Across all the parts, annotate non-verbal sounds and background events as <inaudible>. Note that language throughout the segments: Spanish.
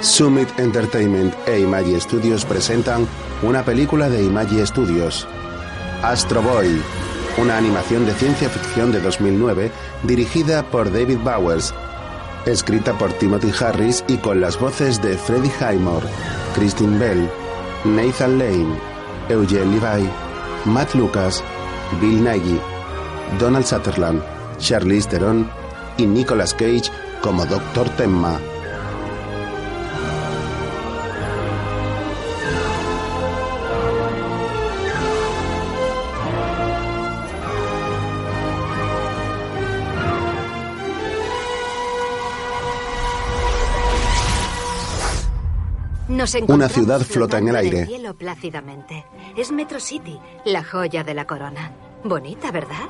Summit Entertainment e Image Studios presentan una película de Image Studios, Astro Boy, una animación de ciencia ficción de 2009 dirigida por David Bowers, escrita por Timothy Harris y con las voces de Freddie Highmore, Christine Bell, Nathan Lane, Eugene Levi, Matt Lucas, Bill Nagy, Donald Sutherland, Charlize Theron y Nicolas Cage como Dr. Tenma. Nos Una ciudad encontramos flota en el flotando aire. hielo plácidamente. Es Metro City, la joya de la corona. Bonita, ¿verdad?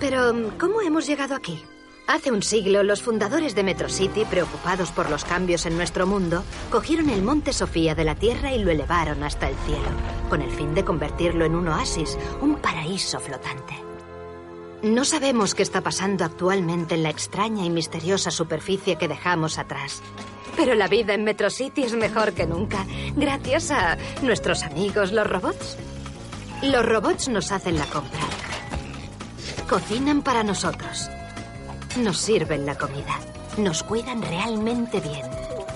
Pero, mm, ¿cómo hemos llegado aquí? Hace un siglo, los fundadores de Metro City, preocupados por los cambios en nuestro mundo, cogieron el Monte Sofía de la Tierra y lo elevaron hasta el cielo, con el fin de convertirlo en un oasis, un paraíso flotante. No sabemos qué está pasando actualmente en la extraña y misteriosa superficie que dejamos atrás. Pero la vida en Metro City es mejor que nunca, gracias a nuestros amigos los robots. Los robots nos hacen la compra. Cocinan para nosotros. Nos sirven la comida. Nos cuidan realmente bien.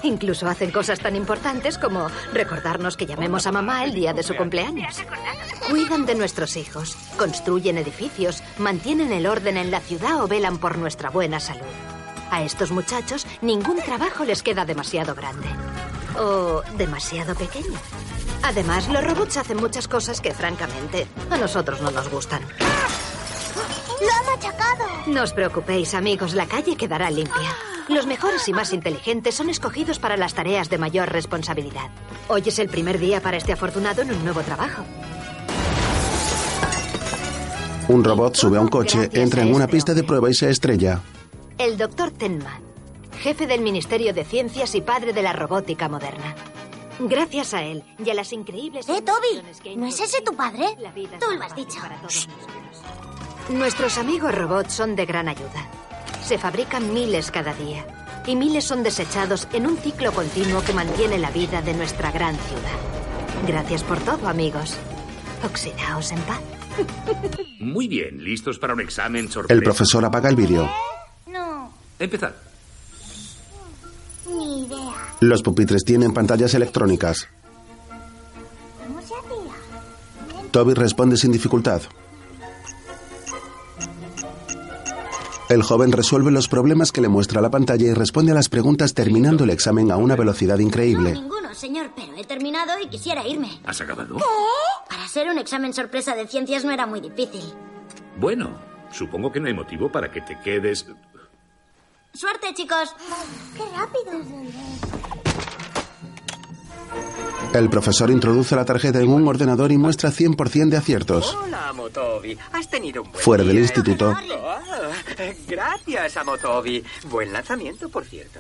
Incluso hacen cosas tan importantes como recordarnos que llamemos a mamá el día de su cumpleaños. Cuidan de nuestros hijos, construyen edificios, mantienen el orden en la ciudad o velan por nuestra buena salud. A estos muchachos ningún trabajo les queda demasiado grande o demasiado pequeño. Además, los robots hacen muchas cosas que francamente a nosotros no nos gustan. ¡Lo ha machacado! No os preocupéis, amigos, la calle quedará limpia. Los mejores y más inteligentes son escogidos para las tareas de mayor responsabilidad. Hoy es el primer día para este afortunado en un nuevo trabajo. Un robot sube a un coche, entra en una pista de prueba y se estrella. El doctor Tenma, jefe del Ministerio de Ciencias y padre de la robótica moderna. Gracias a él y a las increíbles... ¡Eh, innovaciones que Toby! ha ¿No es ese tu padre? La vida Tú es lo has fácil dicho. para todos nosotros. Nuestros amigos robots son de gran ayuda. Se fabrican miles cada día. Y miles son desechados en un ciclo continuo que mantiene la vida de nuestra gran ciudad. Gracias por todo, amigos. Oxidaos en paz. Muy bien, listos para un examen sorpresa. El profesor apaga el vídeo. No, Empezad. ni idea. Los pupitres tienen pantallas electrónicas. ¿Cómo se hacía? Toby responde sin dificultad. El joven resuelve los problemas que le muestra la pantalla y responde a las preguntas terminando el examen a una velocidad No, increíble. ninguno, señor, pero he terminado y quisiera irme. ¿Has acabado? Para ser un examen sorpresa de ciencias no era muy difícil. Bueno, supongo que no hay motivo para que te quedes. ¡Suerte, chicos! Ah, ¡Qué rápido! El profesor introduce la tarjeta en un ordenador y muestra 100% de aciertos. Hola, Amotobi. Has tenido un buen Fuera día, del ¿eh? instituto, Oh, Ah, gracias, Amotobi. Buen lanzamiento, por cierto.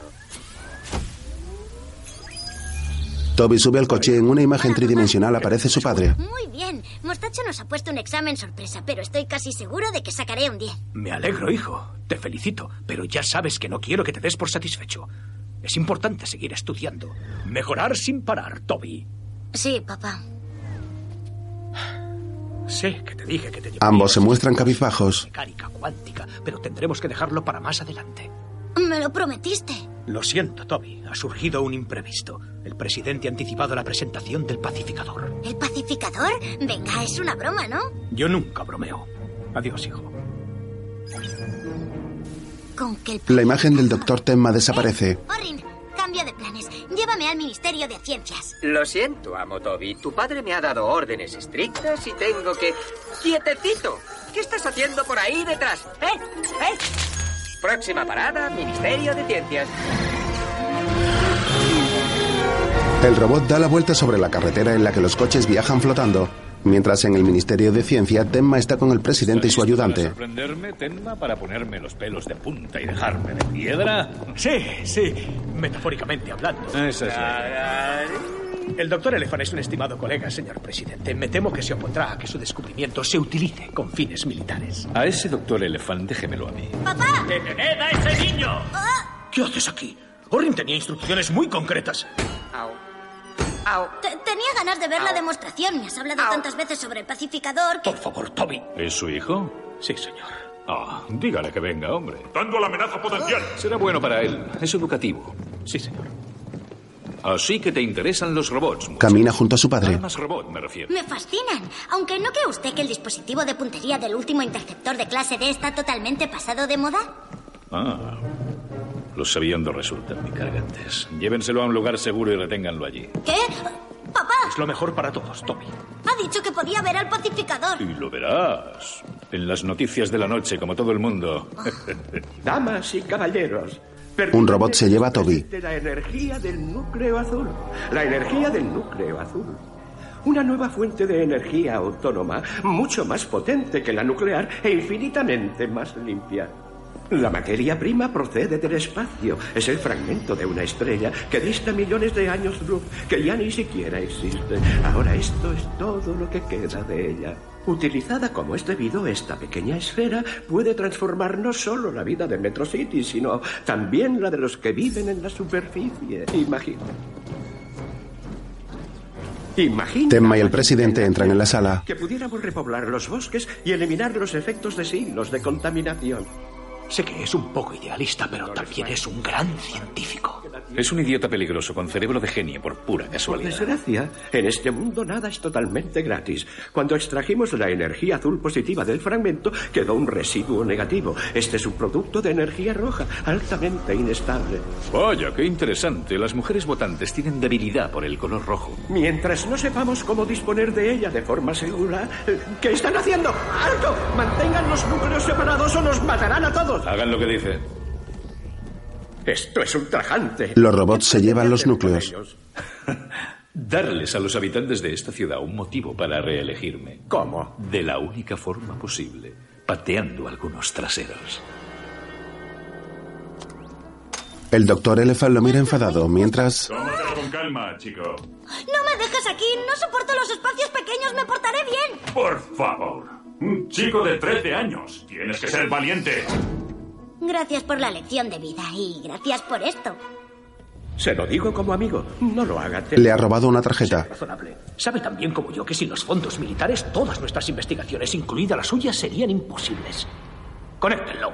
Toby sube al coche y en una imagen tridimensional aparece su padre. Muy bien. Mostacho nos ha puesto un examen sorpresa, pero estoy casi seguro de que sacaré un 10. Me alegro, hijo. Te felicito, pero ya sabes que no quiero que te des por satisfecho. Es importante seguir estudiando. Mejorar sin parar, Toby. Sí, papá. Sé que te dije que te llevaría Ambos se muestran cabizbajos. mecánica cuántica, pero tendremos que dejarlo para más adelante. Me lo prometiste. Lo siento, Toby. Ha surgido un imprevisto. El presidente ha anticipado la presentación del pacificador. ¿El pacificador? Venga, es una broma, ¿no? Yo nunca bromeo. Adiós, hijo. Con que el... La imagen del doctor Tenma desaparece. Orrin, cambio de planes. Llévame al Ministerio de Ciencias. Lo siento, Amotobi. Tu padre me ha dado órdenes estrictas y tengo que... ¡Quietecito! ¿Qué estás haciendo por ahí detrás? ¿Eh? ¿Eh? Próxima parada, Ministerio de Ciencias. El robot da la vuelta sobre la carretera en la que los coches viajan flotando, mientras en el Ministerio de Ciencia Tenma está con el presidente y su ¿Listo para ayudante. sorprenderme, Tenma, para ponerme los pelos de punta y dejarme de piedra? Sí, sí. <laughs> Metafóricamente hablando. Esa es la idea. El doctor Elefant es un estimado colega, señor presidente. Me temo que se opondrá a que su descubrimiento se utilice con fines militares. A ese doctor elefante, déjemelo a mí. ¡Papá! Ah. ¡Detened a ese niño! ¿Qué haces aquí? Orrin tenía instrucciones muy concretas. Au. Au. Te- tenía ganas de ver la demostración. Me has hablado tantas veces sobre el pacificador que... Por favor, Toby. ¿Es su hijo? Sí, señor. Ah, dígale que venga, hombre. Dando la amenaza potencial. Será bueno para él. Es educativo. Sí, señor. Así que te interesan los robots. muchacho. Camina junto a su padre. Armas robot, me refiero. Me fascinan. Aunque no cree usted que el dispositivo de puntería del último interceptor de clase D está totalmente pasado de moda. Ah. Los sabiendo resultan picargantes. Llévenselo a un lugar seguro y reténganlo allí. ¿Qué? ¡Papá! Es lo mejor para todos, Toby. Ha dicho que podía ver al pacificador. Y lo verás. En las noticias de la noche, como todo el mundo. Damas y caballeros. Un robot se lleva a Toby. De la energía del núcleo azul. La energía del núcleo azul. Una nueva fuente de energía autónoma, mucho más potente que la nuclear e infinitamente más limpia. La materia prima procede del espacio. Es el fragmento de una estrella que dista millones de años luz, que ya ni siquiera existe. Ahora esto es todo lo que queda de ella. Utilizada como es debido, esta pequeña esfera puede transformar no solo la vida de Metro City, sino también la de los que viven en la superficie. Imagina. Imagina. Tenma y el presidente entran en la sala. Que pudiéramos repoblar los bosques y eliminar los efectos de siglos de contaminación. Sé que es un poco idealista, pero también es un gran científico. Es un idiota peligroso con cerebro de genio por pura Por casualidad. desgracia, en este mundo nada es totalmente gratis. Cuando extrajimos la energía azul positiva del fragmento, quedó un residuo negativo. Este es un producto de energía roja, altamente inestable. Vaya, qué interesante. Las mujeres votantes tienen debilidad por el color rojo. Mientras no sepamos cómo disponer de ella de forma segura... eh, ¿Qué están haciendo? ¡Alto! ¡Mantengan los núcleos separados o nos matarán a todos! Hagan lo que dice. Esto es ultrajante. Los robots se llevan los núcleos. Darles a los habitantes de esta ciudad un motivo para reelegirme. ¿Cómo? De la única forma posible, pateando algunos traseros. El doctor Elephant lo mira enfadado, mientras... Tómatelo con calma, chico. No me dejes aquí. No soporto los espacios pequeños. Me portaré bien. Por favor. Un chico de 13 años. Tienes que ser valiente. Gracias por la lección de vida y gracias por esto. Se lo digo como amigo. No lo haga. te- Le ha robado una Ah. tarjeta. Razonable. Sabe tan bien como yo que sin los fondos militares, todas nuestras investigaciones, incluida la suya, serían imposibles. Conéctenlo.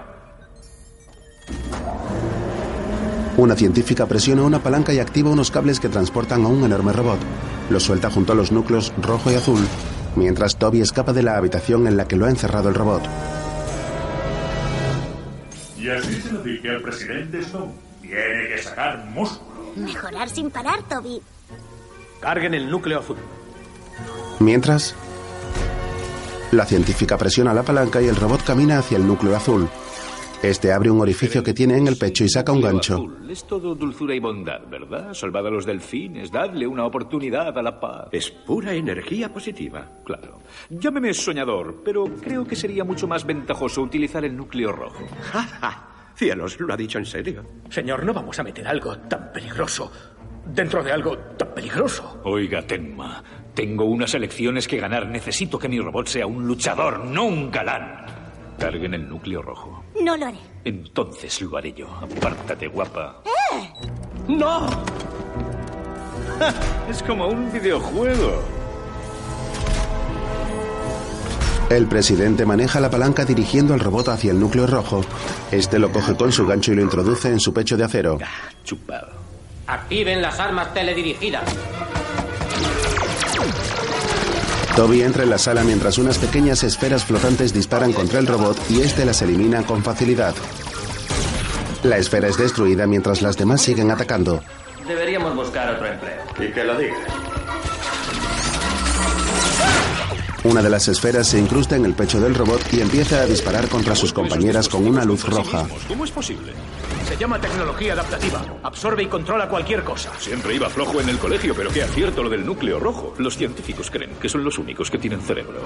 Una científica presiona una palanca y activa unos cables que transportan a un enorme robot. Lo suelta junto a los núcleos rojo y azul, mientras Toby escapa de la habitación en la que lo ha encerrado el robot. Y así se lo dije al presidente Stone. Tiene que sacar músculo. Mejorar sin parar, Toby. Carguen el núcleo azul. Mientras... La científica presiona la palanca y el robot camina hacia el núcleo azul. Este abre un orificio que tiene en el pecho y saca un Leo gancho. azul. Es todo dulzura y bondad, ¿verdad? Salvad a los delfines, dadle una oportunidad a la paz. Es pura energía positiva. Claro. Llámeme soñador, pero creo que sería mucho más ventajoso utilizar el núcleo rojo. <laughs> Ja, ja. Cielos, lo ha dicho en serio. Señor, no vamos a meter algo tan peligroso dentro de algo tan peligroso. Oiga, Tenma, tengo unas elecciones que ganar. Necesito que mi robot sea un luchador, no un galán. Carguen el núcleo rojo. No lo haré. Entonces lo haré yo. Apártate, guapa. ¡No! Es como un videojuego. El presidente maneja la palanca dirigiendo al robot hacia el núcleo rojo. Este lo coge con su gancho y lo introduce en su pecho de acero. Ah, chupado. Activen las armas teledirigidas. Toby entra en la sala mientras unas pequeñas esferas flotantes disparan contra el robot y este las elimina con facilidad. La esfera es destruida mientras las demás siguen atacando. Deberíamos buscar otro empleo. Y que lo diga. Una de las esferas se incrusta en el pecho del robot y empieza a disparar contra sus compañeras con una luz roja. ¿Cómo es posible? Se llama tecnología adaptativa. Absorbe y controla cualquier cosa. Siempre iba flojo en el colegio, pero qué acierto lo del núcleo rojo. Los científicos creen que son los únicos que tienen cerebro.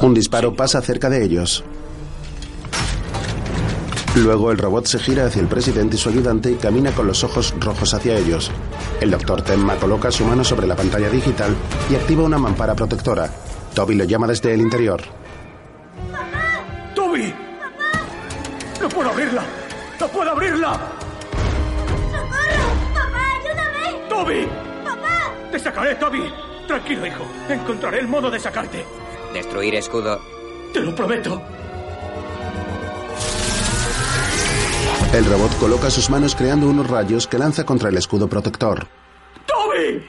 Un disparo pasa cerca de ellos. Luego el robot se gira hacia el presidente y su ayudante y camina con los ojos rojos hacia ellos. El doctor Tenma coloca su mano sobre la pantalla digital y activa una mampara protectora. Toby lo llama desde el interior. ¡Toby! ¡No puedo abrirla! ¡No puedo abrirla! ¡Toby! ¡Papá! ¡Te sacaré, Toby! Tranquilo, hijo. Encontraré el modo de sacarte. Destruir escudo. Te lo prometo. El robot coloca sus manos creando unos rayos que lanza contra el escudo protector. ¡Toby!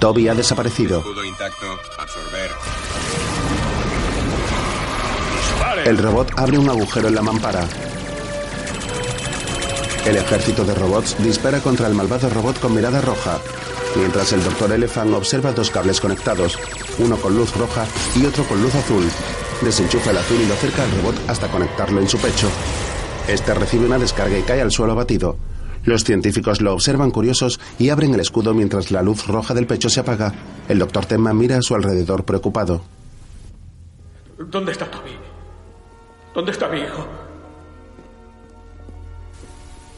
Toby ha desaparecido. Escudo intacto, absorber. El robot abre un agujero en la mampara. El ejército de robots dispara contra el malvado robot con mirada roja, mientras el Dr. Elephant observa dos cables conectados, uno con luz roja y otro con luz azul. Desenchufa el azul y lo acerca al robot hasta conectarlo en su pecho. Este recibe una descarga y cae al suelo abatido. Los científicos lo observan curiosos y abren el escudo mientras la luz roja del pecho se apaga. El Dr. Tenma mira a su alrededor preocupado. ¿Dónde está Toby? ¿Dónde está mi hijo?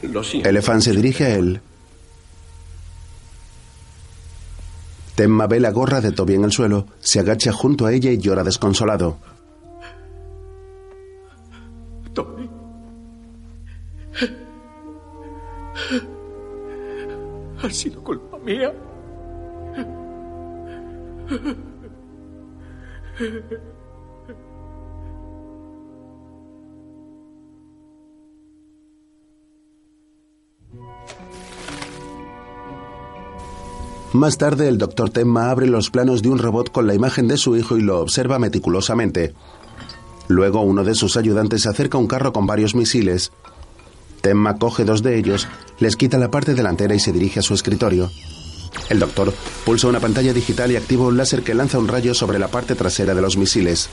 Lo siento. Elephant se dirige a él. Tenma ve la gorra de Toby en el suelo, se agacha junto a ella y llora desconsolado. Toby. Ha sido culpa mía. Más tarde, el Dr. Tenma abre los planos de un robot con la imagen de su hijo y lo observa meticulosamente. Luego, uno de sus ayudantes se acerca a un carro con varios misiles. Tenma coge dos de ellos, les quita la parte delantera y se dirige a su escritorio. El doctor pulsa una pantalla digital y activa un láser que lanza un rayo sobre la parte trasera de los misiles.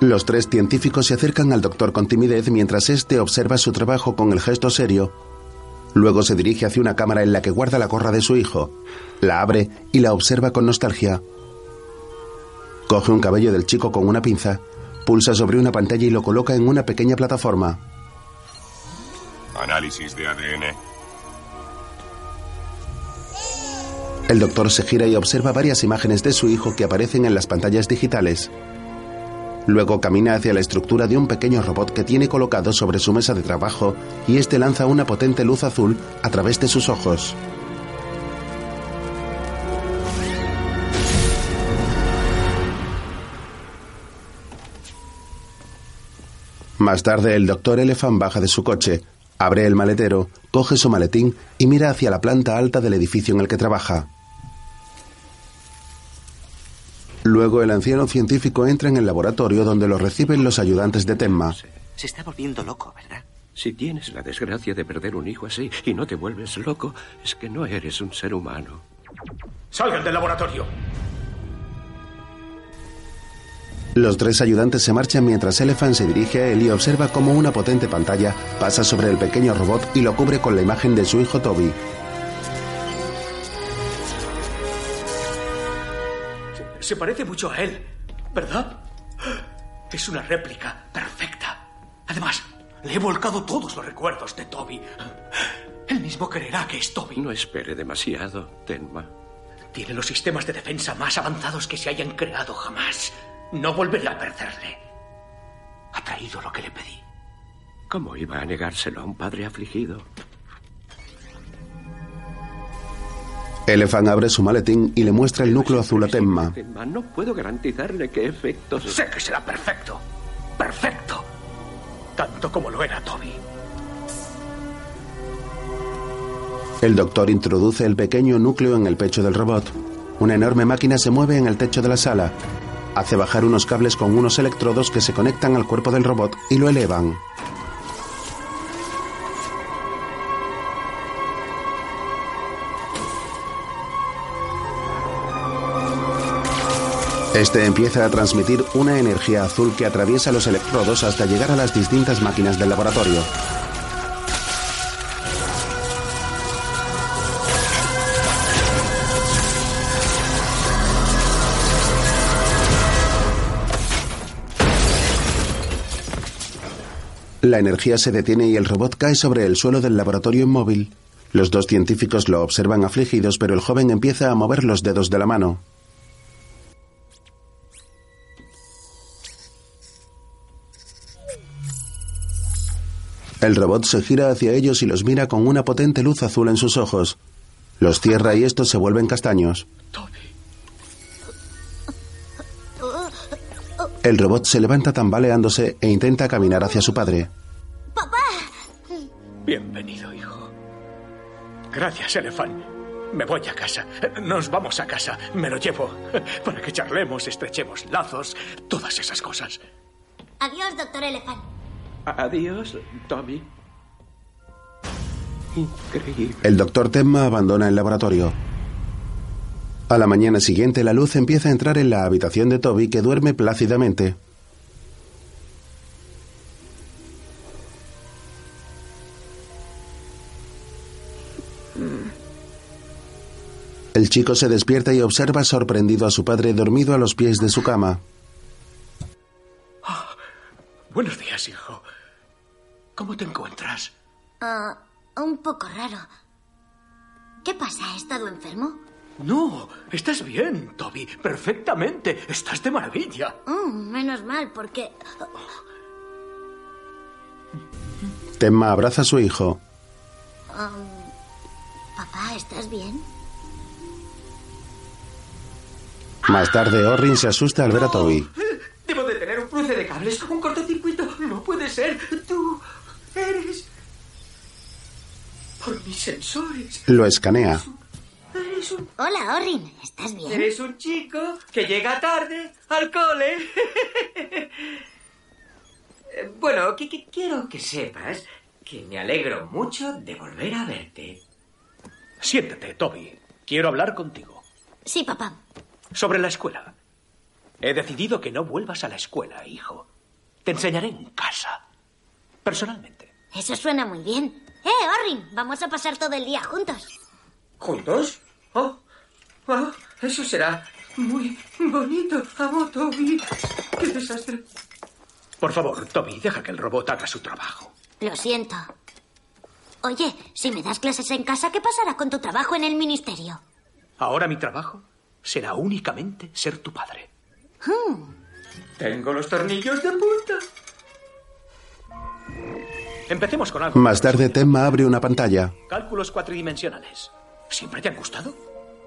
Los tres científicos se acercan al doctor con timidez mientras éste observa su trabajo con el gesto serio. Luego se dirige hacia una cámara en la que guarda la gorra de su hijo. La abre y la observa con nostalgia. Coge un cabello del chico con una pinza, pulsa sobre una pantalla y lo coloca en una pequeña plataforma. Análisis de ADN. El doctor se gira y observa varias imágenes de su hijo que aparecen en las pantallas digitales. Luego camina hacia la estructura de un pequeño robot que tiene colocado sobre su mesa de trabajo y este lanza una potente luz azul a través de sus ojos. Más tarde, el doctor Elephant baja de su coche, abre el maletero, coge su maletín y mira hacia la planta alta del edificio en el que trabaja. Luego, el anciano científico entra en el laboratorio donde lo reciben los ayudantes de Tenma. Se está volviendo loco, ¿verdad? Si tienes la desgracia de perder un hijo así y no te vuelves loco, es que no eres un ser humano. Salgan del laboratorio. Los tres ayudantes se marchan mientras Elephant se dirige a él y observa cómo una potente pantalla pasa sobre el pequeño robot y lo cubre con la imagen de su hijo Toby. Se parece mucho a él, ¿verdad? Es una réplica perfecta. Además, le he volcado todos los recuerdos de Toby. Él mismo creerá que es Toby. No espere demasiado, Tenma. Tiene los sistemas de defensa más avanzados que se hayan creado jamás. No volveré a perderle. Ha traído lo que le pedí. ¿Cómo iba a negárselo a un padre afligido? Elephant abre su maletín y le muestra el núcleo azul a Tenma. Tenma, no puedo garantizarle qué efectos. Pues Sé que será perfecto. Perfecto. Tanto como lo era Toby. El doctor introduce el pequeño núcleo en el pecho del robot. Una enorme máquina se mueve en el techo de la sala. Hace bajar unos cables con unos electrodos que se conectan al cuerpo del robot y lo elevan. Este empieza a transmitir una energía azul que atraviesa los electrodos hasta llegar a las distintas máquinas del laboratorio. La energía se detiene y el robot cae sobre el suelo del laboratorio inmóvil. Los dos científicos lo observan afligidos, pero el joven empieza a mover los dedos de la mano. El robot se gira hacia ellos y los mira con una potente luz azul en sus ojos. Los cierra y estos se vuelven castaños. El robot se levanta tambaleándose e intenta caminar hacia su padre. Bienvenido, hijo. Gracias, Elefant. Me voy a casa. Nos vamos a casa. Me lo llevo. Para que charlemos, estrechemos lazos, todas esas cosas. Adiós, doctor Elefant. Adiós, Toby. Increíble. El doctor Temma abandona el laboratorio. A la mañana siguiente la luz empieza a entrar en la habitación de Toby que duerme plácidamente. Mm. El chico se despierta y observa sorprendido a su padre dormido a los pies de su cama. Ah, Buenos días, hijo. ¿Cómo te encuentras? Ah, un poco raro. ¿Qué pasa? ¿He estado enfermo? No, estás bien, Toby. Perfectamente. Estás de maravilla. Mm, menos mal, porque... Temma abraza a su hijo. Um, Papá, ¿estás bien? Más tarde, Orrin se asusta al ver a Toby. Debo de tener un cruce de cables, un cortocircuito. No puede ser. Tú eres. Por mis sensores. Lo escanea. Eres un. Hola, Orrin. ¿Estás bien? Eres un chico que llega tarde al cole. Eh, bueno, qui- qui- quiero que sepas que me alegro mucho de volver a verte. Siéntate, Toby. Quiero hablar contigo. Sí, papá. Sobre la escuela. He decidido que no vuelvas a la escuela, hijo. Te enseñaré en casa. Personalmente. Eso suena muy bien. ¡Eh, Orrin! Vamos a pasar todo el día juntos. ¿Juntos? Oh, oh, eso será muy bonito. Amo Toby. ¡Qué desastre! Por favor, Toby, deja que el robot haga su trabajo. Lo siento. Oye, si me das clases en casa, ¿qué pasará con tu trabajo en el ministerio? Ahora mi trabajo será únicamente ser tu padre. Hmm. Tengo los tornillos de punta. Empecemos con algo. Más tarde, Temma abre una pantalla. Cálculos cuatridimensionales. ¿Siempre te han gustado?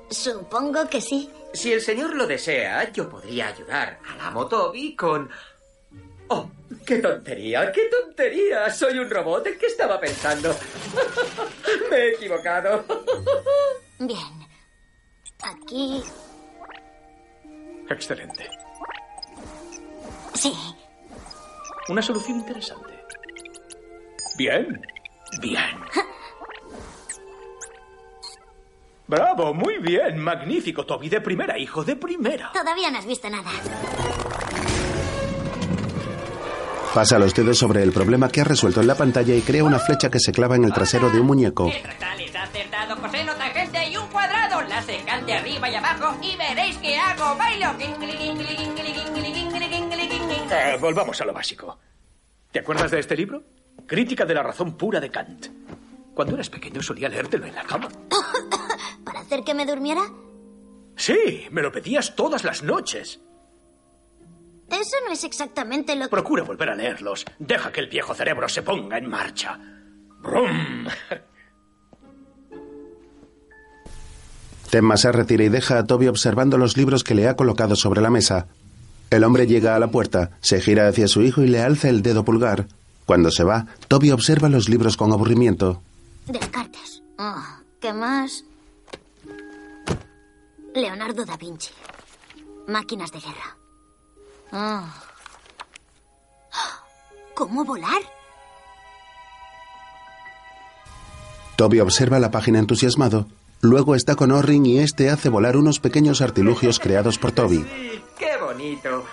Supongo que sí. Si el señor lo desea, yo podría ayudar al amo Toby con... ¡Oh! ¡Qué tontería! ¡Qué tontería! Soy un robot. ¿En qué estaba pensando? <laughs> Me he equivocado. <laughs> Bien. Aquí. Excelente. Sí. Una solución interesante. Bien. Bien. Bravo, muy bien, magnífico, Toby, de primera, hijo, de primera. Todavía no has visto nada. Pasa los dedos sobre el problema que ha resuelto en la pantalla y crea una flecha que se clava en el trasero de un muñeco. Totales acertado, coseno, tangente y un cuadrado. Las de arriba y abajo y veréis que hago bailo. Eh, volvamos a lo básico. ¿Te acuerdas de este libro? Crítica de la razón pura de Kant. Cuando eras pequeño solía leértelo en la cama. <coughs> ¿Para hacer que me durmiera? Sí, me lo pedías todas las noches. Eso no es exactamente lo que. Procura volver a leerlos. Deja que el viejo cerebro se ponga en marcha. <coughs> ¡Brum! Temma se retira y deja a Toby observando los libros que le ha colocado sobre la mesa. El hombre llega a la puerta, se gira hacia su hijo y le alza el dedo pulgar. Cuando se va, Toby observa los libros con aburrimiento. Descartes. Ah, ¿Qué más? Leonardo da Vinci. Máquinas de guerra. Ah. Oh, ¿Cómo volar? Toby observa la página entusiasmado. Luego está con Orrin y este hace volar unos pequeños artilugios creados por Toby. ¡Qué bonito!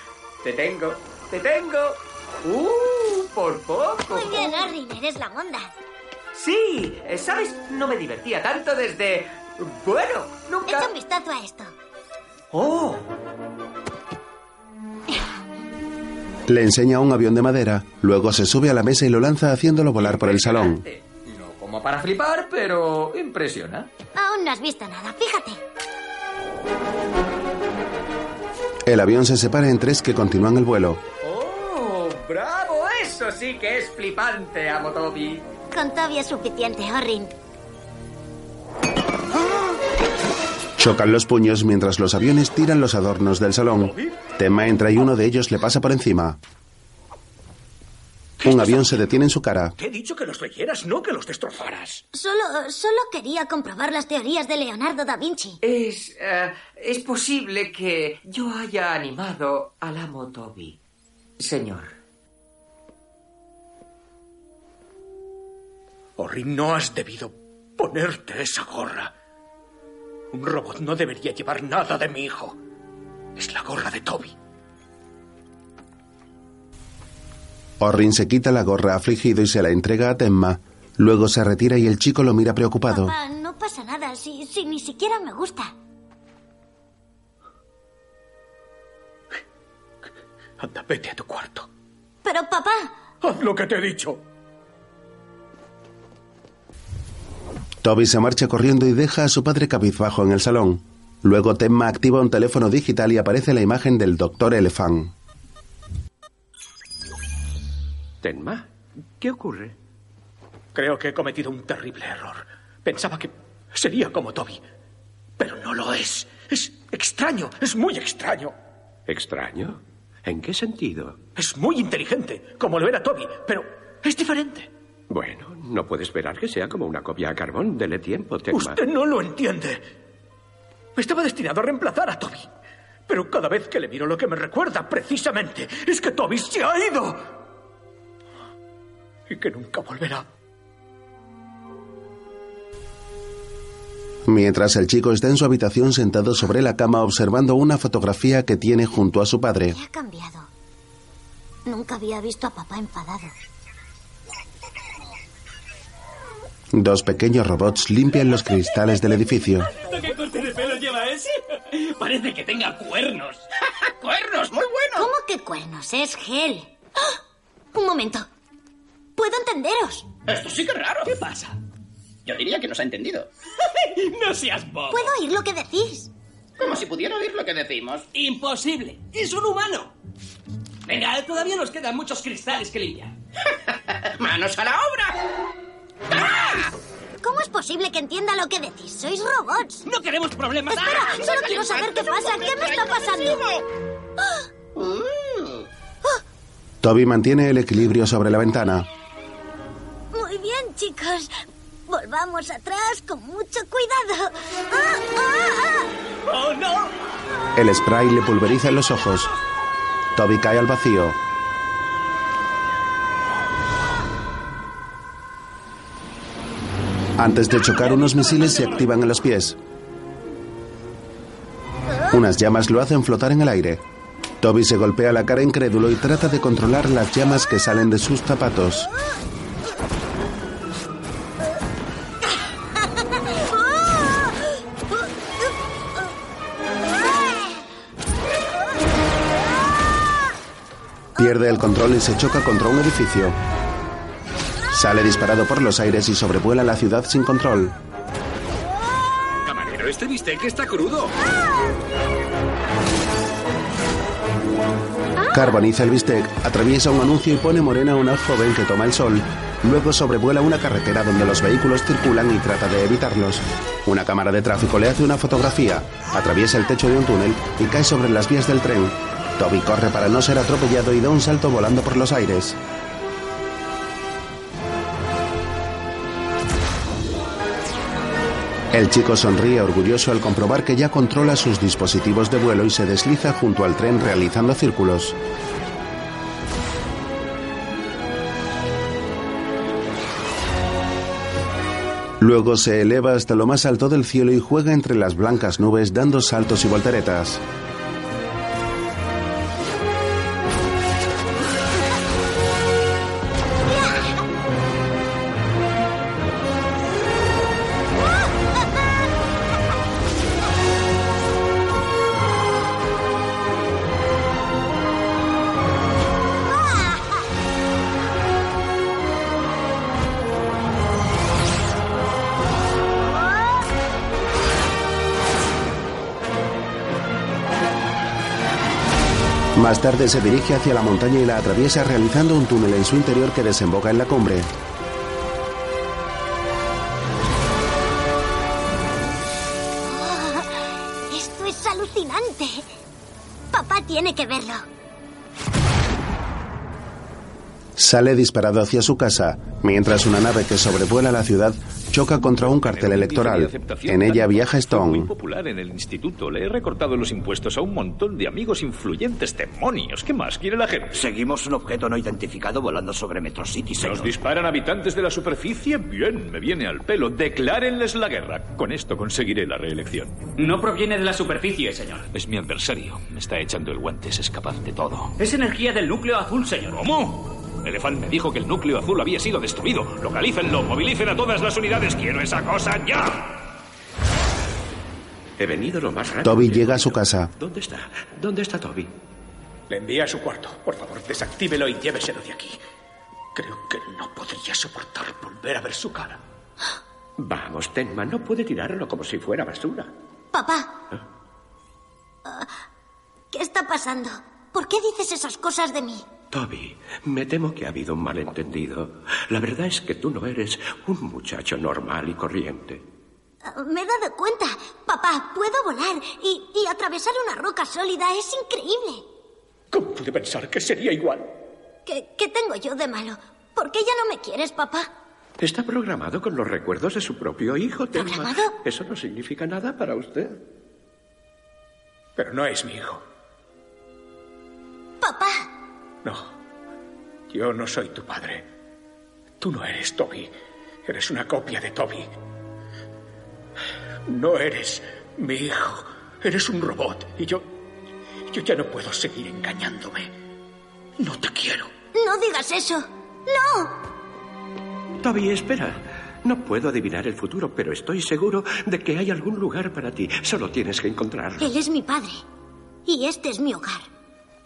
Te tengo, te tengo. ¡Uh! Por poco. Muy bien, Arrin, eres la monda. Sí, eh, ¿sabes? No me divertía tanto desde... Bueno, nunca... Echa un vistazo a esto. ¡Oh! Le enseña un avión de madera, luego se sube a la mesa y lo lanza haciéndolo volar por el salón. No como para flipar, pero impresiona. Aún no has visto nada, fíjate. El avión se separa en tres que continúan el vuelo. ¡Oh! ¡Bravo! Eso sí que es flipante, amo Toby. oh, Con Toby es suficiente, Orrin. ¡Ah! Chocan los puños mientras los aviones tiran los adornos del salón. Tema entra y uno de ellos le pasa por encima. Un avión se detiene en su cara. Te he dicho que los leyeras, no que los destrozaras. Solo, solo quería comprobar las teorías de Leonardo da Vinci. Es, eh, es posible que yo haya animado al amo Toby. Señor. Ori, no has debido ponerte esa gorra. Un robot no debería llevar nada de mi hijo. Es la gorra de Toby. Orrin se quita la gorra afligido y se la entrega a Temma. Luego se retira y el chico lo mira preocupado. Papá, Ah, no pasa nada si, si ni siquiera me gusta. Anda, vete a tu cuarto. Pero papá, Haz lo que te he dicho. Toby se marcha corriendo y deja a su padre cabizbajo en el salón. Luego Temma activa un teléfono digital y aparece la imagen del doctor Elephant. Tenma, ¿qué ocurre? Creo que he cometido un terrible error. Pensaba que sería como Toby. Pero no lo es. Es extraño, es muy extraño. ¿Extraño? ¿En qué sentido? Es muy inteligente, como lo era Toby, pero es diferente. Bueno, no puede esperar que sea como una copia a carbón. Dele tiempo, Tenma. Usted no lo entiende. Estaba destinado a reemplazar a Toby. Pero cada vez que le miro lo que me recuerda precisamente es que Toby se ha ido. Y que nunca volverá. Mientras el chico está en su habitación sentado sobre la cama observando una fotografía que tiene junto a su padre. ha cambiado. Nunca había visto a papá enfadado. Dos pequeños robots limpian los cristales del edificio. ¿Qué corte de pelo lleva ese? <laughs> Parece que tenga cuernos. ¡Cuernos! ¡Muy bueno! ¿Cómo que cuernos? Es gel. ¡Ah! Un momento. Puedo entenderos. Esto sí que es raro. ¿Qué pasa? Yo diría que nos ha <laughs> entendido. no seas bobo. Puedo oír lo que decís. Como si pudiera oír lo que decimos. Imposible. Es un humano. Venga, todavía nos quedan muchos cristales que limpiar. <laughs> ¡Manos a la obra! ¿Cómo es posible que entienda lo que decís? Sois robots. No queremos problemas. Espera, ¡Ah! solo quiero saber qué pasa. ¿Qué me está pasando? ¡Ah! Mm. Toby mantiene el equilibrio sobre la ventana. Muy bien, chicos. Volvamos atrás con mucho cuidado. ¡Ah, ah, ¡Oh, no! El spray le pulveriza en los ojos. Toby cae al vacío. Antes de chocar, unos misiles se activan en los pies. Unas llamas lo hacen flotar en el aire. Toby se golpea la cara incrédulo y trata de controlar las llamas que salen de sus zapatos. Pierde el control y se choca contra un edificio. Sale disparado por los aires y sobrevuela la ciudad sin control. Camarero, este bistec está crudo. Ah. Carboniza el bistec, atraviesa un anuncio y pone morena a una joven que toma el sol. Luego sobrevuela una carretera donde los vehículos circulan y trata de evitarlos. Una cámara de tráfico le hace una fotografía, atraviesa el techo de un túnel y cae sobre las vías del tren. Toby corre para no ser atropellado y da un salto volando por los aires. El chico sonríe orgulloso al comprobar que ya controla sus dispositivos de vuelo y se desliza junto al tren realizando círculos. Luego se eleva hasta lo más alto del cielo y juega entre las blancas nubes dando saltos y volteretas. Más tarde se dirige hacia la montaña y la atraviesa realizando un túnel en su interior que desemboca en la cumbre. Tiene que verlo. Sale disparado hacia su casa, mientras una nave que sobrevuela la ciudad choca contra un cartel electoral. En ella viaja Muy Stone. popular en el instituto. Le he recortado los impuestos a un montón de amigos influyentes. ¡Demonios! ¿Qué más quiere la gente? Seguimos un objeto no identificado volando sobre Metro City, Nos disparan habitantes de la superficie. Bien, me viene al pelo. Declárenles la guerra. Con esto conseguiré la reelección. No proviene de la superficie, señor. Es mi adversario. Me está echando el guante. Es capaz de todo. Es energía del núcleo azul, señor. ¿Cómo? Elefant me dijo que el núcleo azul había sido destruido. Localícenlo, movilicen a todas las unidades. Quiero esa cosa ya. He venido lo más rápido. Toby llega a su casa. ¿Dónde está? ¿Dónde está Toby? Le envía a su cuarto. Por favor, desactívelo y lléveselo de aquí. Creo que no podría soportar volver a ver su cara. Vamos, Tenma, no puede tirarlo como si fuera basura. Papá. Ah, ¿Qué está pasando? ¿Por qué dices esas cosas de mí? Toby, me temo que ha habido un malentendido. La verdad es que tú no eres un muchacho normal y corriente. Ah, Me he dado cuenta. Papá, puedo volar y, y atravesar una roca sólida. Es increíble. ¿Cómo pude pensar que sería igual? ¿Qué, qué tengo yo de malo? ¿Por qué ya no me quieres, papá? Está programado con los recuerdos de su propio hijo, Tenma. ¿Programado? Eso no significa nada para usted. Pero no es mi hijo. Papá, No. Yo no soy tu padre. Tú no eres Toby. Eres una copia de Toby. No eres mi hijo. Eres un robot. Y yo. Yo ya no puedo seguir engañándome. No te quiero. no digas eso. ¡No! Toby, espera. No puedo adivinar el futuro, pero estoy seguro de que hay algún lugar para ti. Solo tienes que encontrarlo. Él es mi padre. Y este es mi hogar.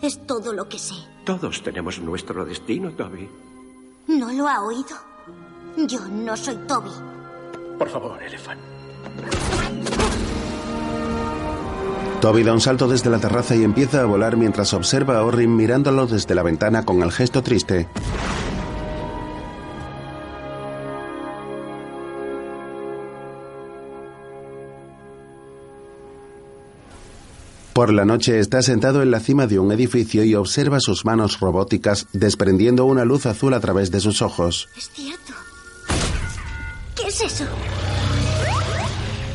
Es todo lo que sé. Todos tenemos nuestro destino, Toby. ¿No lo ha oído? Yo no soy Toby. Por favor, Elefant. Toby da un salto desde la terraza y empieza a volar mientras observa a Orrin mirándolo desde la ventana con el gesto triste. Por la noche está sentado en la cima de un edificio y observa sus manos robóticas desprendiendo una luz azul a través de sus ojos. Es cierto. ¿Qué es eso?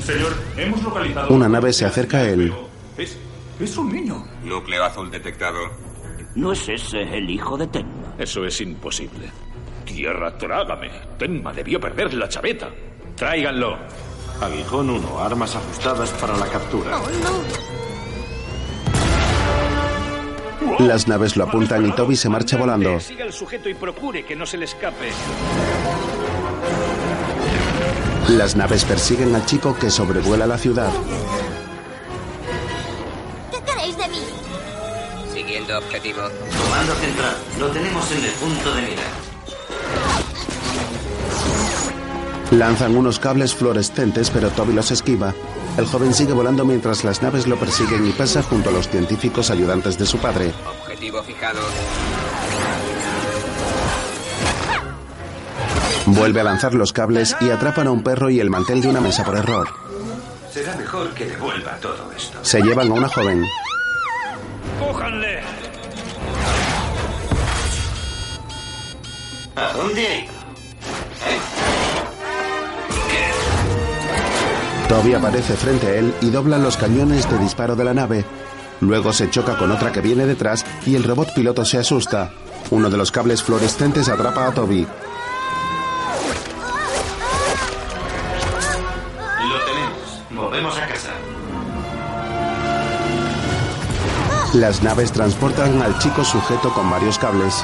Señor, hemos localizado. Una nave se acerca a él. Es, es un niño. Núcleo azul detectado. ¿No es ese el hijo de Tenma? Eso es imposible. Tierra, trágame. Tenma debió perder la chaveta. Tráiganlo. Aguijón 1, armas ajustadas para la captura. Las naves lo apuntan y Toby se marcha volando. Siga al sujeto y procure que no se le escape. Las naves persiguen al chico que sobrevuela la ciudad. ¿Qué queréis de mí? Siguiendo objetivo. Comando central, lo tenemos en el punto de mira. Lanzan unos cables fluorescentes, pero Toby los esquiva. El joven sigue volando mientras las naves lo persiguen y pasa junto a los científicos ayudantes de su padre. Objetivo fijado. Vuelve a lanzar los cables y atrapan a un perro y el mantel de una mesa por error. Será mejor que devuelva todo esto. Se llevan a una joven. ¡Cójanle! ¿A dónde ha ido? Toby aparece frente a él y dobla los cañones de disparo de la nave. Luego se choca con otra que viene detrás y el robot piloto se asusta. Uno de los cables fluorescentes atrapa a Toby. Lo tenemos. Volvemos a casa. Las naves transportan al chico sujeto con varios cables.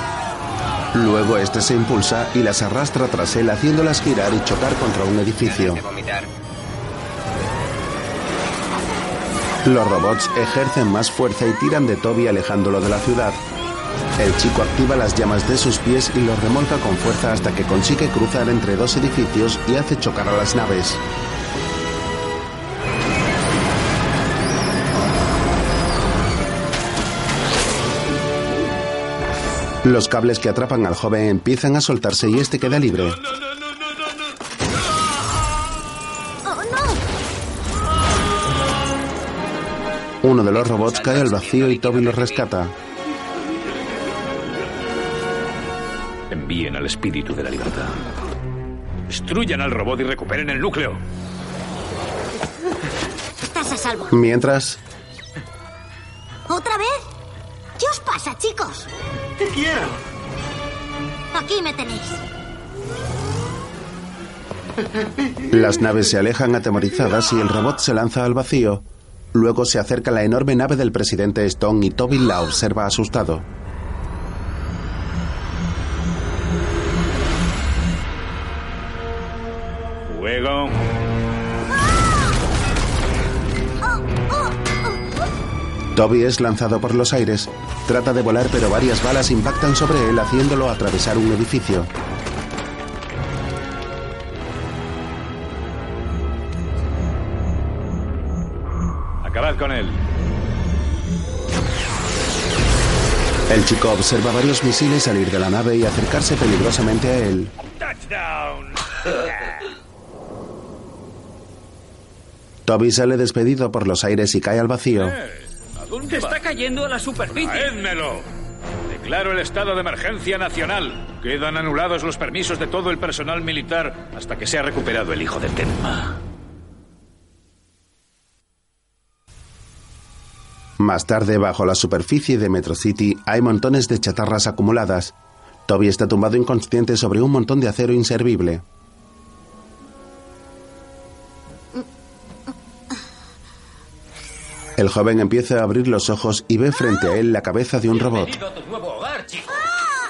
Luego este se impulsa y las arrastra tras él haciéndolas girar y chocar contra un edificio. Vomitar. Los robots ejercen más fuerza y tiran de Toby alejándolo de la ciudad. El chico activa las llamas de sus pies y los remolca con fuerza hasta que consigue cruzar entre dos edificios y hace chocar a las naves. Los cables que atrapan al joven empiezan a soltarse y este queda libre. Uno de los robots cae al vacío y Toby los rescata. Envíen al espíritu de la libertad. Destruyan al robot y recuperen el núcleo. Estás a salvo. Mientras, ¿Otra vez? ¿Qué os pasa, chicos? Te quiero. Aquí me tenéis. las naves se alejan atemorizadas y el robot se lanza al vacío. Luego se acerca la enorme nave del presidente Stone y Toby la observa asustado. Fuego. Toby es lanzado por los aires. Trata de volar pero varias balas impactan sobre él haciéndolo atravesar un edificio. Acabad con él. El chico observa varios misiles salir de la nave y acercarse peligrosamente a él. Touchdown. Toby sale despedido por los aires y cae al vacío. Eh, Te está cayendo a la superficie. ¡Traédmelo! Declaro el estado de emergencia nacional. Quedan anulados los permisos de todo el personal militar hasta que sea recuperado el hijo de Tenma. Más tarde, bajo la superficie de Metro City, hay montones de chatarras acumuladas. Toby está tumbado inconsciente sobre un montón de acero inservible. El joven empieza a abrir los ojos y ve frente a él la cabeza de un robot. a tu nuevo hogar, chico. Ah.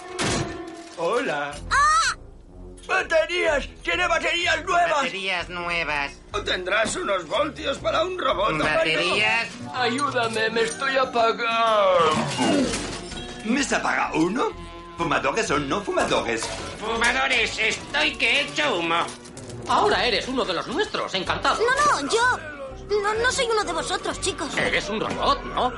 Hola. Ah. ¡Baterías! ¡Tiene baterías nuevas! Baterías nuevas. Tendrás unos voltios para un robot. ¿Baterías? Ayúdame, me estoy apagando. ¿Me se apaga uno? ¿Fumadores o no fumadores? Fumadores, estoy que he hecho humo. Ahora eres uno de los nuestros, encantado. No, no, yo. No, no soy uno de vosotros, chicos. Eh, Eres un robot, ¿no?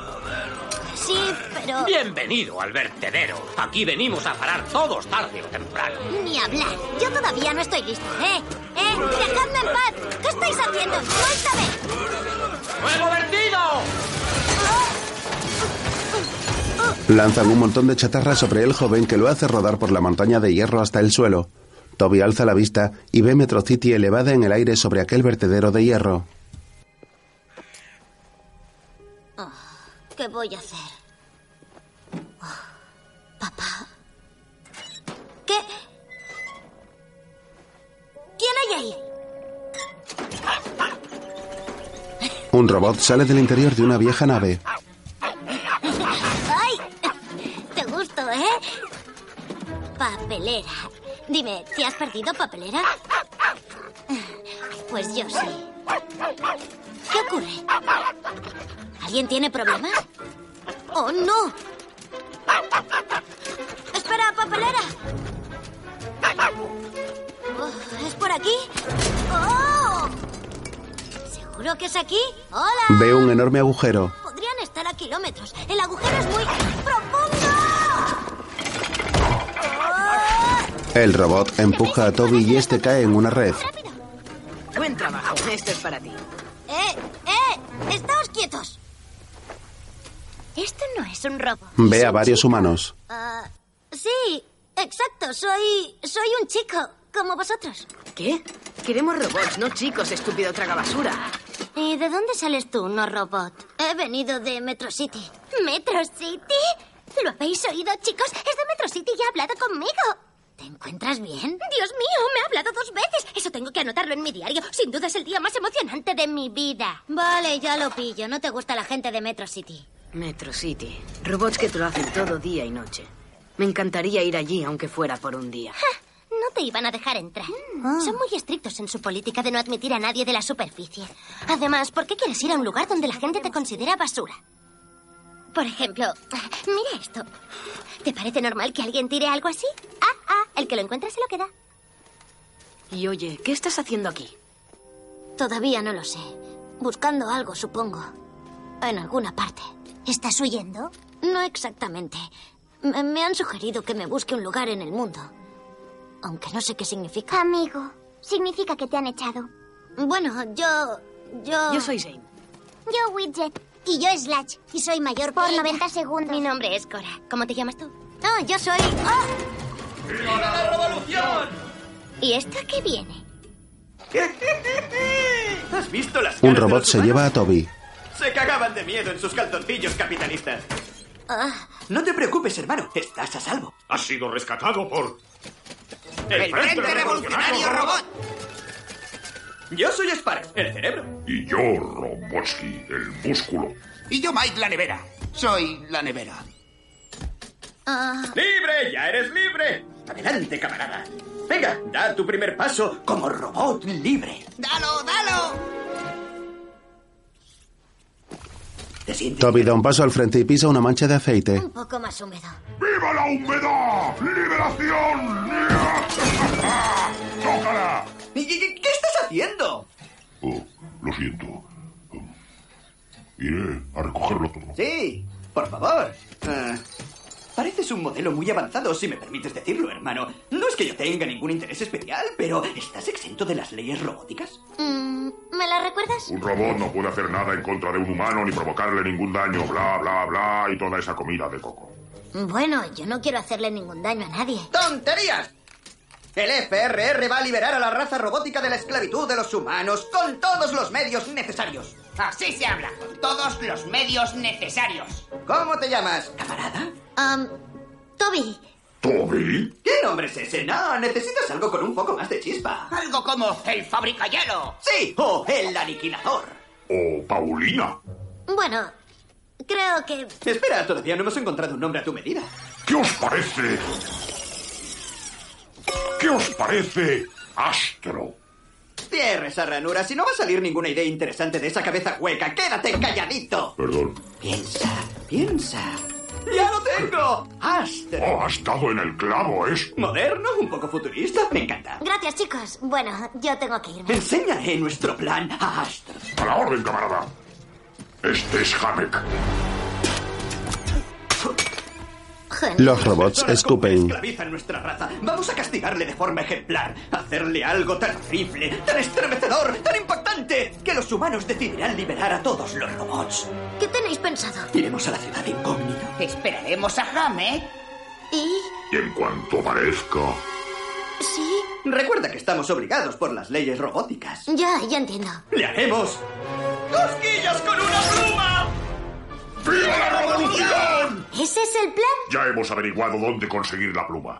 Sí, pero. Bienvenido al vertedero. Aquí venimos a parar todos tarde o temprano. Ni hablar. Yo todavía no estoy lista, ¿eh? ¡Eh! ¡Dejadme en paz! ¿Qué estáis haciendo? ¡Suéltame! ¡Fuego vertido! Lanzan un montón de chatarra sobre el joven que lo hace rodar por la montaña de hierro hasta el suelo. Toby alza la vista y ve Metro City elevada en el aire sobre aquel vertedero de hierro. Oh, ¿Qué voy a hacer? Oh, papá. ¿Qué? ¿Quién hay ahí? Un robot sale del interior de una vieja nave. ¡Ay! Te gusto, ¿eh? Papelera. Dime, ¿te has perdido papelera? Pues yo sí. ¿Qué ocurre? ¿Alguien tiene problemas? ¡Oh, no! ¡Espera, papelera! Oh, ¿Es por aquí? ¡Oh! ¿Seguro que es aquí? ¡Hola! Ve un enorme agujero. Podrían estar a kilómetros. El agujero es muy profundo. El robot empuja a Toby y este cae en una red. Buen trabajo. Este es para ti. ¡Eh! ¡Eh! ¡Estáos quietos! Esto no es un robot. Ve a varios humanos. Ah, sí, exacto. Soy. Soy un chico, como vosotros. ¿Qué? Queremos robots, no chicos, estúpido tragabasura. ¿Y de dónde sales tú, no robot? He venido de Metro City. ¿Metro City? ¿Lo habéis oído, chicos? Es de Metro City y ha hablado conmigo. ¿Te encuentras bien? Dios mío, me ha hablado dos veces. Eso tengo que anotarlo en mi diario. Sin duda es el día más emocionante de mi vida. Vale, ya lo pillo. No te gusta la gente de Metro City. Metro City. Robots que te lo hacen todo día y noche. Me encantaría ir allí, aunque fuera por un día. No te iban a dejar entrar. Son muy estrictos en su política de no admitir a nadie de la superficie. Además, ¿por qué quieres ir a un lugar donde la gente te considera basura? Por ejemplo, mira esto. ¿Te parece normal que alguien tire algo así? Ah, ah, el que lo encuentra se lo queda. Y oye, ¿qué estás haciendo aquí? Todavía no lo sé. Buscando algo, supongo. En alguna parte. ¿Estás huyendo? No exactamente. Me, me han sugerido que me busque un lugar en el mundo. Aunque no sé qué significa. Amigo, significa que te han echado. Bueno, yo... Yo... Yo soy Zane. Yo, Widget. Y yo Slash. Y soy mayor por 90 segundos. Mi nombre es Cora. ¿Cómo te llamas tú? No, yo soy... ¡Oh! la revolución! ¿Y esta qué viene? <laughs> ¿Has visto las Un caras de robot los se lleva a Toby. humanos? Se cagaban de miedo en sus calzoncillos capitalistas. Ah, No te preocupes, hermano. Estás a salvo. Has sido rescatado por... El, Frente Revolucionario Robot. Yo soy Spark, el cerebro. Y yo, Robotsky, el músculo. Y yo, Mike, la nevera. Soy la nevera. ah. ¡Libre! ¡Ya eres libre! Adelante, camarada. Venga, da tu primer paso como robot libre. ¡Dalo, dalo! Toby da un paso al frente y pisa una mancha de aceite. Un poco más húmedo. ¡Viva la humedad! ¡Liberación! ¡Chócala! ¿Y qué, qué- qué estás haciendo? Lo siento. Iré a recogerlo todo. Sí, por favor. Ah, pareces un modelo muy avanzado, si me permites decirlo, hermano. No es que yo tenga ningún interés especial, pero ¿estás exento de las leyes robóticas? Mm, ¿Me la recuerdas? Un robot no puede hacer nada en contra de un humano ni provocarle ningún daño, bla, bla, bla, y toda esa comida de coco. Bueno, yo no quiero hacerle ningún daño a nadie. ¡Tonterías! El FRR va a liberar a la raza robótica de la esclavitud de los humanos con todos los medios necesarios. Así se habla, con todos los medios necesarios. ¿Cómo te llamas? Am, Toby, ¿Toby? ¿Qué nombre es ese? No, necesitas algo con un poco más de chispa. Algo como el fabrica hielo. Sí, o el aniquilador. O Paulina. bueno, creo que... Espera, todavía no hemos encontrado un nombre a tu medida. ¿Qué os parece? ¿Qué os parece, Astro? Cierra esa ranura, si no va a salir ninguna idea interesante de esa cabeza hueca. ¡Quédate calladito! Perdón. Piensa, piensa. ¡Ya lo tengo! ¡Astro! Oh, ha estado en el clavo, es. ¿Moderno? ¿Un poco futurista? Me encanta. Gracias, chicos. Bueno, yo tengo que irme. Enséñale nuestro plan a Astro. A la orden, camarada. Este es Hamek. Los robots escupen. Esclaviza nuestra raza. Vamos a castigarle de forma ejemplar. Hacerle algo tan horrible, tan estremecedor, tan impactante, que los humanos decidirán liberar a todos los robots. ¿Qué tenéis pensado? Iremos a la ciudad incógnita. Esperaremos a Jame. ¿Y? Y en cuanto parezca. ¿Sí? Recuerda que estamos obligados por las leyes robóticas. Ya, ya entiendo. ¡Le haremos! ¡Cosquillas con una pluma! ¡Viva la revolución! ¿Ese es el plan? Ya hemos averiguado dónde conseguir la pluma.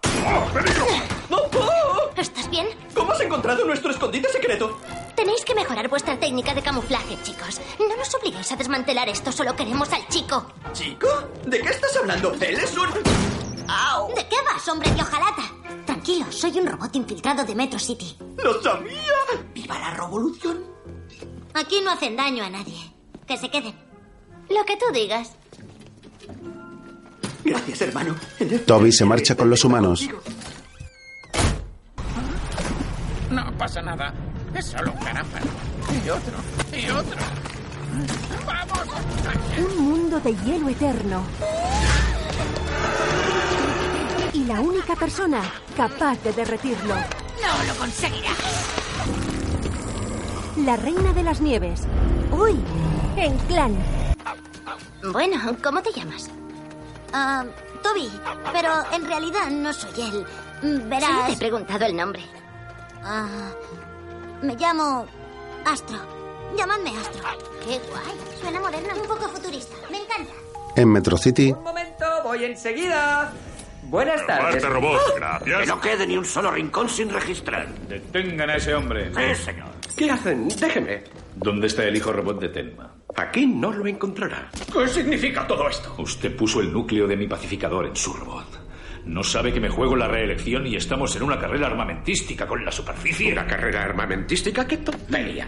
¿Estás bien? ¿Cómo has encontrado nuestro escondite secreto? Tenéis que mejorar vuestra técnica de camuflaje, chicos. No nos obliguéis a desmantelar esto, solo queremos al chico. ¿Chico? ¿De qué estás hablando? Él es un... ¿De qué vas, hombre de hojalata? Tranquilo, soy un robot infiltrado de Metro City. ¡Lo sabía! ¡Viva la revolución! Aquí no hacen daño a nadie. Que se queden. Lo que tú digas. Gracias, hermano. Toby se marcha con los humanos. No pasa nada. Es solo un carámbano. Y otro, y otro. Un mundo de hielo eterno. Y la única persona capaz de derretirlo. No lo conseguirás. La reina de las nieves. Uy, en clan. Bueno, ¿cómo te llamas? Ah, Toby, pero en realidad no soy él. Mm, Verás. Solo te he preguntado el nombre. me llamo Astro. Llamadme Astro. Qué guay. Suena moderno, un poco futurista. Me encanta. En Metro City, momento, voy enseguida. Buenas tardes. Aparte, robot, gracias. Que no quede ni un solo rincón sin registrar. Detengan a ese hombre. Sí, señor. ¿Qué hacen? Déjenme. ¿Dónde está el hijo robot de Tenma? Aquí no lo encontrará. ¿Qué significa todo esto? Usted puso el núcleo de mi pacificador en su robot. No sabe que me juego la reelección y estamos en una carrera armamentística con la superficie. ¿Una carrera armamentística? ¡Qué tontería!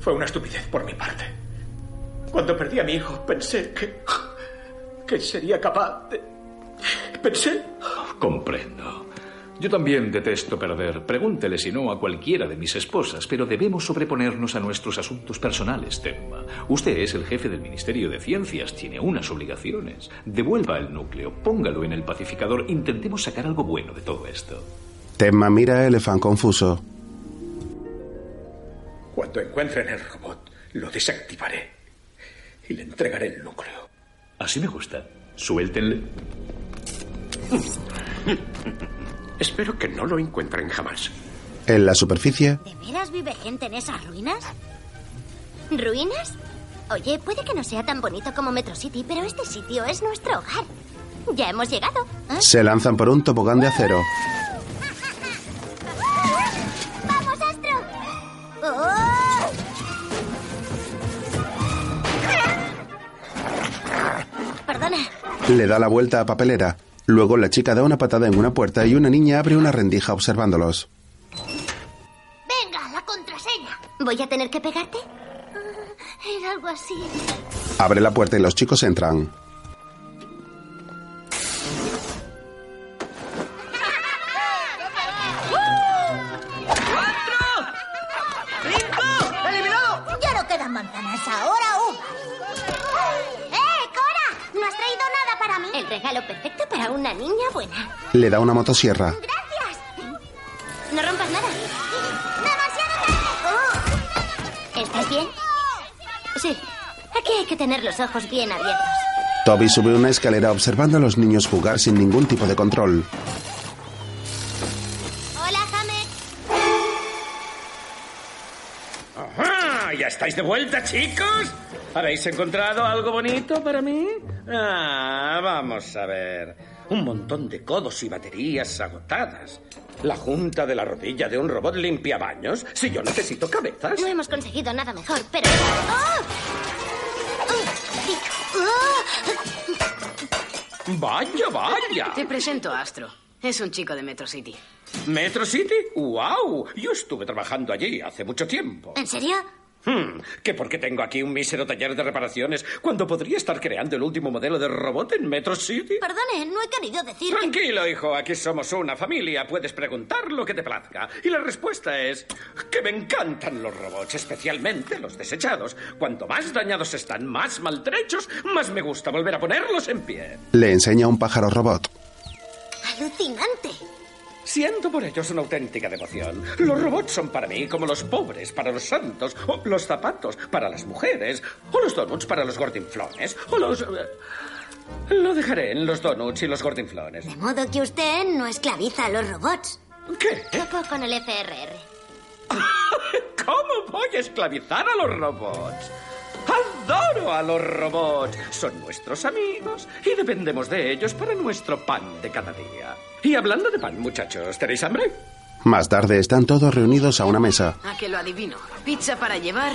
Fue una estupidez por mi parte. Cuando perdí a mi hijo, pensé que. que sería capaz de. Pensé. Comprendo. Yo también detesto perder. Pregúntele si no a cualquiera de mis esposas, pero debemos sobreponernos a nuestros asuntos personales, Temma. Usted es el jefe del Ministerio de Ciencias, tiene unas obligaciones. Devuelva el núcleo, póngalo en el pacificador, intentemos sacar algo bueno de todo esto. Temma mira a Elephant confuso. Cuando encuentren el robot, lo desactivaré. y le entregaré el núcleo. Así me gusta. Suéltenle. Espero que no lo encuentren jamás. En la superficie, ¿De veras vive gente en esas ruinas? ¿Ruinas? Oye, puede que no sea tan bonito como Metro City, pero este sitio es nuestro hogar. Ya hemos llegado. ¿eh? se lanzan por un tobogán de acero. ¡Vamos, Astro! ¡Oh! Perdona. Le da la vuelta a papelera. Luego la chica da una patada en una puerta y una niña abre una rendija observándolos. Venga, la contraseña. ¿Voy a tener que pegarte? Era algo así. Abre la puerta y los chicos entran. ¡Cinco! ¡Eliminado! Ya no quedan manzanas, ahora uvas. ¡Eh, Cora! ¿No has traído nada para mí? El regalo perfecto para una niña buena. Le da una motosierra. ¡Gracias! No rompas nada. ¡Demasiado Oh. ¿Estás bien? Sí. Aquí hay que tener los ojos bien abiertos. Toby sube una escalera observando a los niños jugar sin ningún tipo de control. Hola, James. ¡Ajá! ¿Ya estáis de vuelta, chicos? ¿Habéis encontrado algo bonito para mí? Ah, vamos a ver. Un montón de codos y baterías agotadas. La junta de la rodilla de un robot limpia baños. Si yo necesito cabezas. No hemos conseguido nada mejor, pero... ¡Oh! Oh. Vaya, vaya. Te presento a Astro. Es un chico de Metro City. Metro City. ¡Wow! Yo estuve trabajando allí hace mucho tiempo. Oh. ¿En serio? Hmm, ¿Que por qué tengo aquí un mísero taller de reparaciones cuando podría estar creando el último modelo de robot en Metro City? Perdone, no he querido decir... que- Tranquilo, hijo, aquí somos una familia. Puedes preguntar lo que te plazca. Y la respuesta es que me encantan los robots, especialmente los desechados. Cuanto más dañados están, más maltrechos, más me gusta volver a ponerlos en pie. Le enseña un pájaro robot. ¡Alucinante! Siento por ellos una auténtica devoción. Los robots son para mí como los pobres para los santos, o los zapatos para las mujeres, o los donuts para los gordinflones, o los... eh, Lo dejaré en los donuts y los gordinflones. De modo que usted no esclaviza a los robots. ¿Qué? Poco con el FRR. ¿Cómo voy a esclavizar a los robots? Adoro a los robots. Son nuestros amigos y dependemos de ellos para nuestro pan de cada día. Y hablando de pan, muchachos, ¿tenéis hambre? Más tarde están todos reunidos a una mesa. A Ah, que lo adivino. Pizza para llevar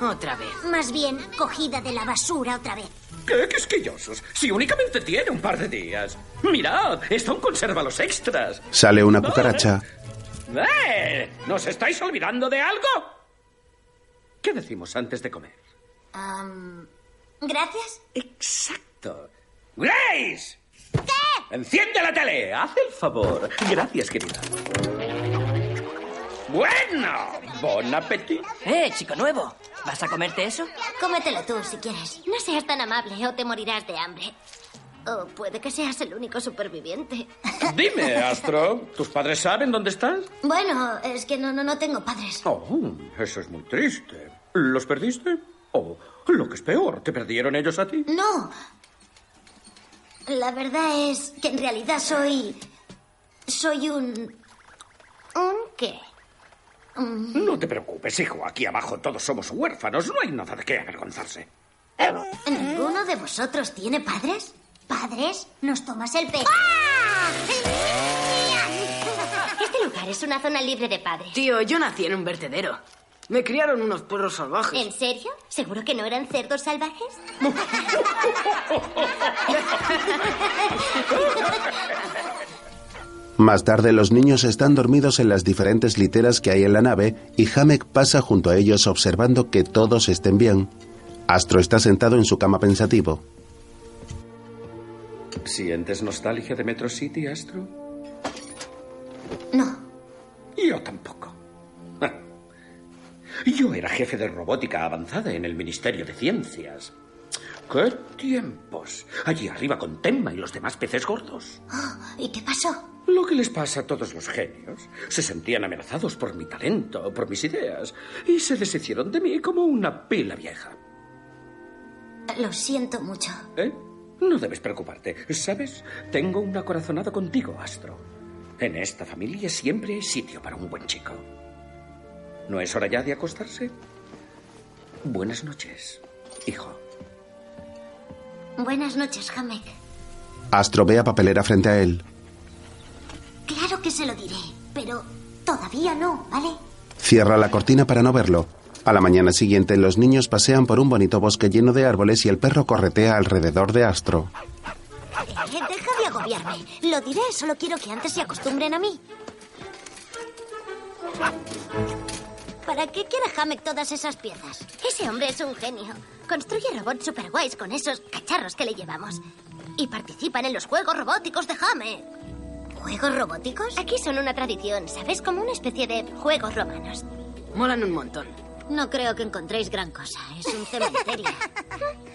otra vez. Más bien, cogida de la basura otra vez. ¡Qué quisquillosos! Si únicamente tiene un par de días. Mirad, esto aún conserva los extras. Sale una cucaracha. ¡Eh! ¿Nos estáis olvidando de algo? ¿Qué decimos antes de comer? Am, Gracias. Exacto. ¡Grace! ¿Qué? ¡Enciende la tele! ¡Haz el favor! Gracias, querida. ¡Bueno! ¡Bon apetito! ¡Eh, chico nuevo! ¿Vas a comerte eso? Cómetelo tú si quieres. No seas tan amable o te morirás de hambre. O puede que seas el único superviviente. Dime, Astro, ¿tus padres saben dónde estás? Bueno, es que no, no, no tengo padres. Oh, eso es muy triste. ¿Los perdiste? Oh, lo que es peor, ¿te perdieron ellos a ti? No. La verdad es que en realidad soy. Soy un. ¿Un qué? Mm, No te preocupes, hijo. Aquí abajo todos somos huérfanos. No hay nada de qué avergonzarse. ¿Ninguno de vosotros tiene padres? ¿Padres? Nos tomas el pelo. Este lugar es una zona libre de padres. Tío, yo nací en un vertedero. Me criaron unos perros salvajes. ¿En serio? ¿Seguro que no eran cerdos <laughs> salvajes? Más tarde los niños están dormidos en las diferentes literas que hay en la nave y Hamek pasa junto a ellos observando que todos estén bien. Astro está sentado en su cama pensativo. ¿Sientes nostalgia de Metro City, Astro? No. Yo tampoco. Ah. Yo era jefe de robótica avanzada en el Ministerio de Ciencias. ¡Qué tiempos! Allí arriba con Temma y los demás peces gordos. Ah, ¿Y qué pasó? Lo que les pasa a todos los genios. Se sentían amenazados por mi talento, por mis ideas, y se deshicieron de mí como una pila vieja. Lo siento mucho. ¿Eh? No debes preocuparte. ¿Sabes? Tengo una corazonada contigo, Astro. En esta familia siempre hay sitio para un buen chico. ¿No es hora ya de acostarse? Buenas noches, hijo. Buenas noches, Hamek. Astro ve a papelera frente a él. Claro que se lo diré, pero todavía no, ¿vale? Cierra la cortina para no verlo. A la mañana siguiente, los niños pasean por un bonito bosque lleno de árboles y el perro corretea alrededor de Astro. Eh, deja de agobiarme. Lo diré, solo quiero que antes se acostumbren a mí. ¿Para qué quiere Hamek todas esas piezas? Ese hombre es un genio. Construye robots superguays con esos cacharros que le llevamos. Y participan en los juegos robóticos de Hamek. ¿Juegos robóticos? Aquí son una tradición, ¿sabes? Como una especie de juegos romanos. Molan un montón. No creo que encontréis gran cosa. Es un cementerio.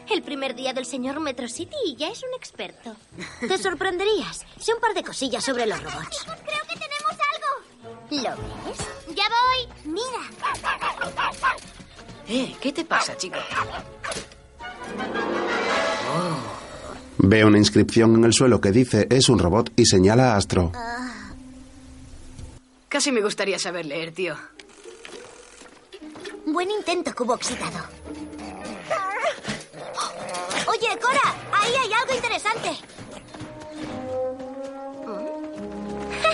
El primer día del señor Metro City y ya es un experto. Te sorprenderías. Sé un par de cosillas sobre los robots. Creo que tenemos algo. ¿Lo ves? ¡Ya voy! ¡Mira! Eh, ¿qué te pasa, chico? Ve una inscripción en el suelo que dice es un robot y señala a Astro. Casi me gustaría saber leer, tío. Buen intento, cubo oxidado. Oye, Cora, ahí hay algo interesante. <laughs>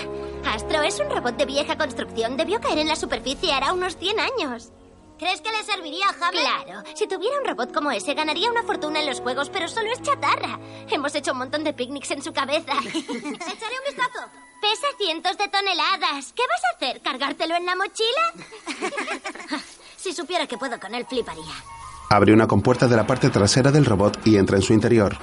Ja, Astro es un robot de vieja construcción. Debió caer en la superficie hará unos 100 años. ¿Crees que le serviría a Javi? Claro. Si tuviera un robot como ese, ganaría una fortuna en los juegos, pero solo es chatarra. Hemos hecho un montón de picnics en su cabeza. <laughs> Echaré un vistazo. Pesa cientos de toneladas. ¿Qué vas a hacer? ¿Cargártelo en la mochila? <laughs> si supiera que puedo con él, fliparía. Abre una compuerta de la parte trasera del robot y entra en su interior.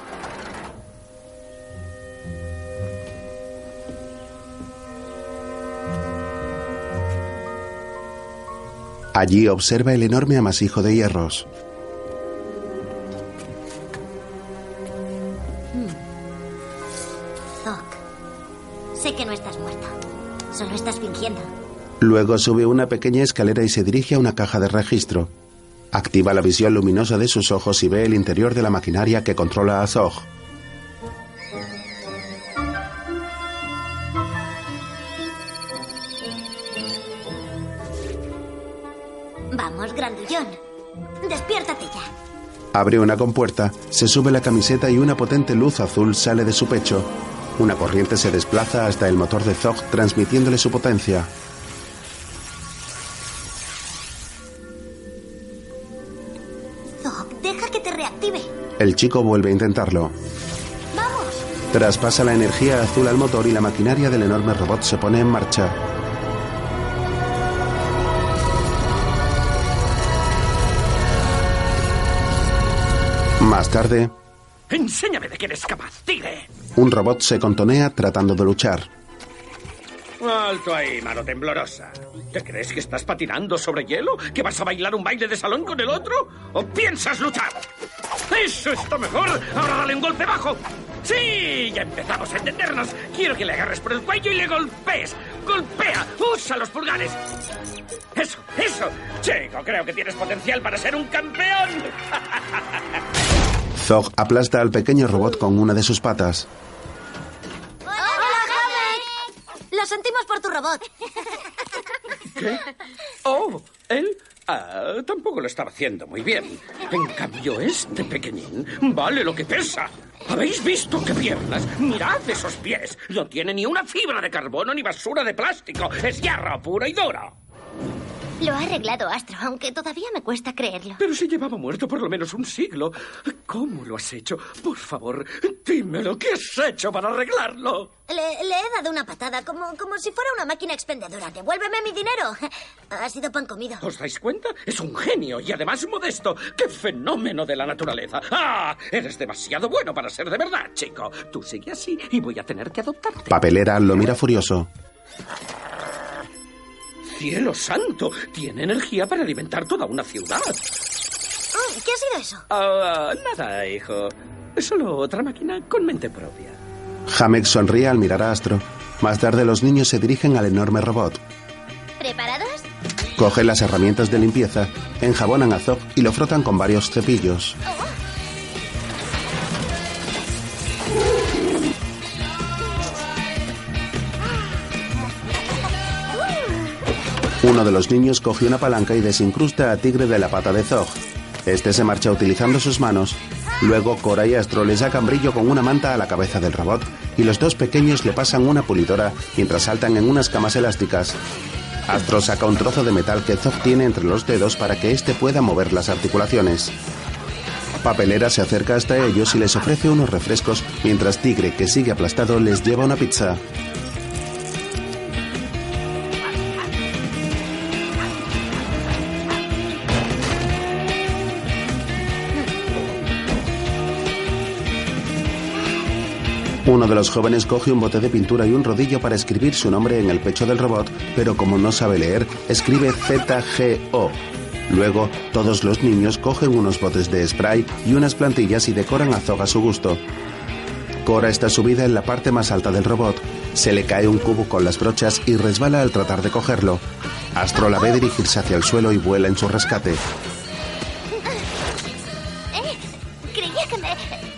Allí observa el enorme amasijo de hierros. Sé que no estás muerto. Solo estás fingiendo. Luego sube una pequeña escalera y se dirige a una caja de registro. Activa la visión luminosa de sus ojos y ve el interior de la maquinaria que controla a Zog. Vamos, grandullón. Despiértate ya. Abre una compuerta, se sube la camiseta y una potente luz azul sale de su pecho. Una corriente se desplaza hasta el motor de Zog transmitiéndole su potencia. Zog, deja que te reactive. El chico vuelve a intentarlo. ¡Vamos! Traspasa la energía azul al motor y la maquinaria del enorme robot se pone en marcha. Más tarde, Enséñame de quién es capaz, tigre. un robot se contonea tratando de luchar. Alto ahí, mano temblorosa. ¿Te crees que estás patinando sobre hielo? ¿Que vas a bailar un baile de salón con el otro? ¿O piensas luchar? ¡Eso está mejor! ¡Ahora dale un golpe bajo! ¡Sí! Ya empezamos a entendernos. Quiero que le agarres por el cuello y le golpees. ¡Golpea! ¡Usa los pulgares! ¡Eso! ¡Eso! Chico, creo que tienes potencial para ser un campeón. <laughs> Zog aplasta al pequeño robot con una de sus patas. ¡Hola, Hamek! Lo sentimos por tu robot. Oh, él ah, tampoco lo estaba haciendo muy bien. En cambio, este pequeñín vale lo que pesa. ¿Habéis visto qué piernas? Mirad esos pies. No tiene ni una fibra de carbono ni basura de plástico. Es hierro puro y duro. Lo ha arreglado Astro, aunque todavía me cuesta creerlo. Pero si llevaba muerto por lo menos un siglo. ¿Cómo lo has hecho? Por favor, dímelo. ¿Qué has hecho para arreglarlo? Le, le he dado una patada, como, como si fuera una máquina expendedora. Devuélveme mi dinero. <laughs> Ha sido pan comido. ¿Os dais cuenta? Es un genio y además modesto. ¡Qué fenómeno de la naturaleza! ¡Ah! Eres demasiado bueno para ser de verdad, chico. Tú sigue así y voy a tener que adoptar. Papelera lo mira furioso. ¡Cielo santo! Tiene energía para alimentar toda una ciudad. Mm, ¿Qué ha sido eso? Ah, nada, hijo. Solo otra máquina con mente propia. Hamek sonríe al mirar a Astro. Más tarde los niños se dirigen al enorme robot. ¿Preparados? Cogen las herramientas de limpieza, enjabonan a Zog y lo frotan con varios cepillos. Uno de los niños coge una palanca y desincrusta a Tigre de la pata de Zog. Este se marcha utilizando sus manos. Luego Cora y Astro le sacan brillo con una manta a la cabeza del robot y los dos pequeños le pasan una pulidora mientras saltan en unas camas elásticas. Astro saca un trozo de metal que Zog tiene entre los dedos para que éste pueda mover las articulaciones. Papelera se acerca hasta ellos y les ofrece unos refrescos mientras Tigre, que sigue aplastado, les lleva una pizza. Uno de los jóvenes coge un bote de pintura y un rodillo para escribir su nombre en el pecho del robot, pero como no sabe leer, escribe ZGO. Luego, todos los niños cogen unos botes de spray y unas plantillas y decoran a Zog a su gusto. Cora está subida en la parte más alta del robot. Se le cae un cubo con las brochas y resbala al tratar de cogerlo. Astro la ve dirigirse hacia el suelo y vuela en su rescate. Eh, creía que me...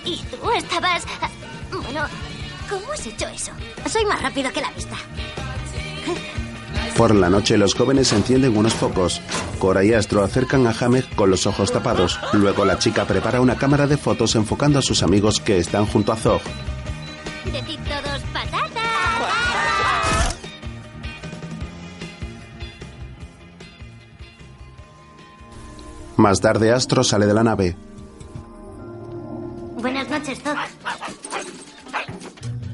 Y tú estabas... ah, Bueno, ¿cómo has hecho eso? Soy más rápido que la vista. Por la noche los jóvenes encienden unos focos. Cora y Astro acercan a James con los ojos tapados. Luego la chica prepara una cámara de fotos enfocando a sus amigos que están junto a Zog. Decid todos patata. Más tarde Astro sale de la nave. Buenas noches, Zod.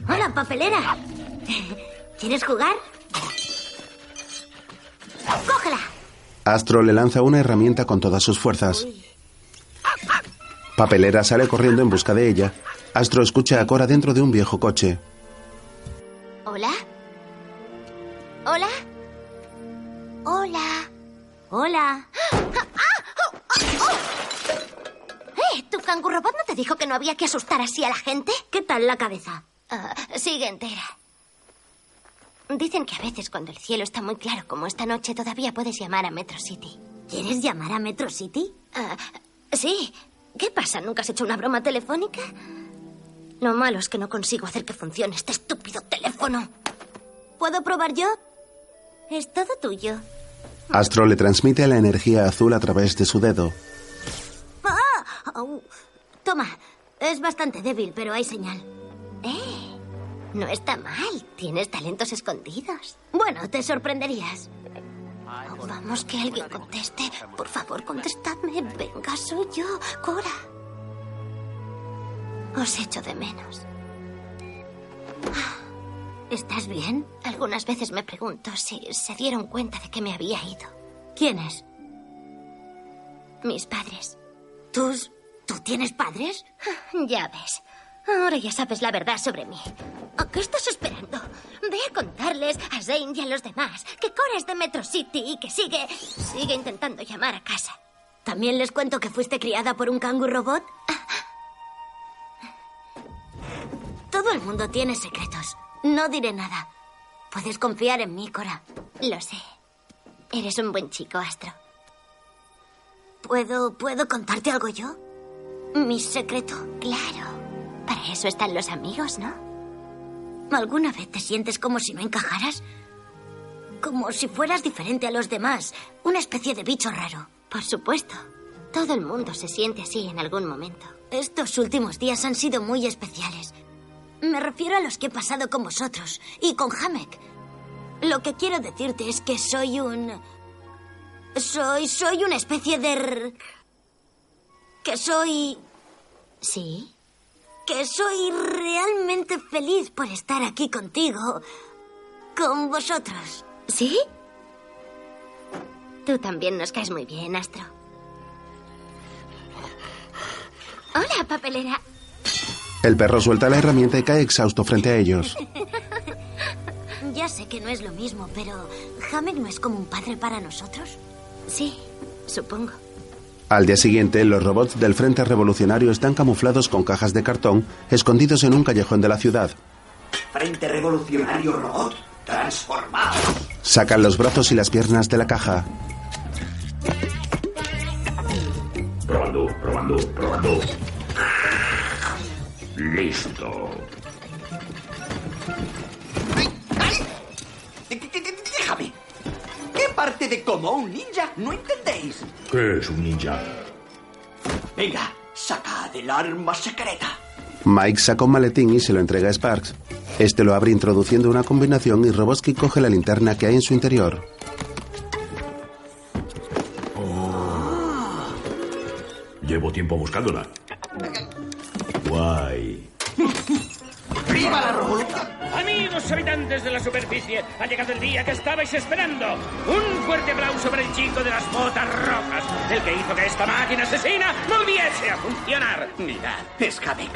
Hola, papelera. ¿Quieres jugar? ¡Cógela! Astro le lanza una herramienta con todas sus fuerzas. Papelera sale corriendo en busca de ella. Astro escucha a Cora dentro de un viejo coche. ¿Hola? ¿Hola? Hola. Hola. <gasps> Eh, ¿tu cangurrobot no te dijo que no había que asustar así a la gente? ¿Qué tal la cabeza? Ah, sigue entera. Dicen que a veces cuando el cielo está muy claro, como esta noche, todavía puedes llamar a Metro City. ¿Quieres llamar a Metro City? Ah, sí. ¿Qué pasa? ¿Nunca has hecho una broma telefónica? Lo malo es que no consigo hacer que funcione este estúpido teléfono. ¿Puedo probar yo? Es todo tuyo. Astro le transmite la energía azul a través de su dedo. ¡Ah! Au. Toma, es bastante débil, pero hay señal. Eh, no está mal. Tienes talentos escondidos. Bueno, te sorprenderías. Vamos, que alguien conteste. Por favor, contestadme. Venga, soy yo, Cora. Os echo de menos. Ah, ¿Estás bien? Algunas veces me pregunto si se dieron cuenta de que me había ido. ¿Quién es? Mis padres. ¿Tus... ¿Tú tienes padres? <laughs> Ya ves. Ahora ya sabes la verdad sobre mí. ¿A qué estás esperando? Ve a contarles a Zane y a los demás que Cora es de Metro City y que sigue. sigue intentando llamar a casa. ¿También les cuento que fuiste criada por <laughs> un cangurrobot? Todo el mundo tiene secretos. No diré nada. Puedes confiar en mí, Cora. Lo sé. Eres un buen chico, Astro. ¿Puedo, ¿Puedo contarte algo yo? Mi secreto. Claro. Para eso están los amigos, ¿no? ¿Alguna vez te sientes como si no encajaras? Como si fueras diferente a los demás, una especie de bicho raro. Por supuesto. Todo el mundo se siente así en algún momento. Estos últimos días han sido muy especiales. Me refiero a los que he pasado con vosotros y con Hamek. Lo que quiero decirte es que soy un... Soy... soy una especie de... r- Que soy... Sí. que soy realmente feliz por estar aquí contigo. Con vosotros. ¿Sí? Tú también nos caes muy bien, Astro. Hola, papelera. El perro suelta la herramienta y cae exhausto frente a ellos. Ya sé que no es lo mismo, pero Hamek no es como un padre para nosotros. Sí, supongo. Al día siguiente, los robots del Frente Revolucionario están camuflados con cajas de cartón, escondidos en un callejón de la ciudad. Frente Revolucionario Robot transformado. Sacan los brazos y las piernas de la caja. Probando, probando, probando. Listo. ¡Ay! ¡Dé- dé- dé- Déjame. ¿Qué parte de cómo un ninja no entendéis. ¿Qué es un ninja? Venga, sacad el arma secreta. Mike saca un maletín y se lo entrega a Sparks. Este lo abre introduciendo una combinación y Roboski coge la linterna que hay en su interior. Llevo tiempo buscándola. Guay. ¡Viva la revolución! Amigos habitantes de la superficie, ha llegado el día que estabais esperando. Un fuerte aplauso para el chico de las botas rojas, el que hizo que esta máquina asesina volviese a funcionar. Mirad, es Javek.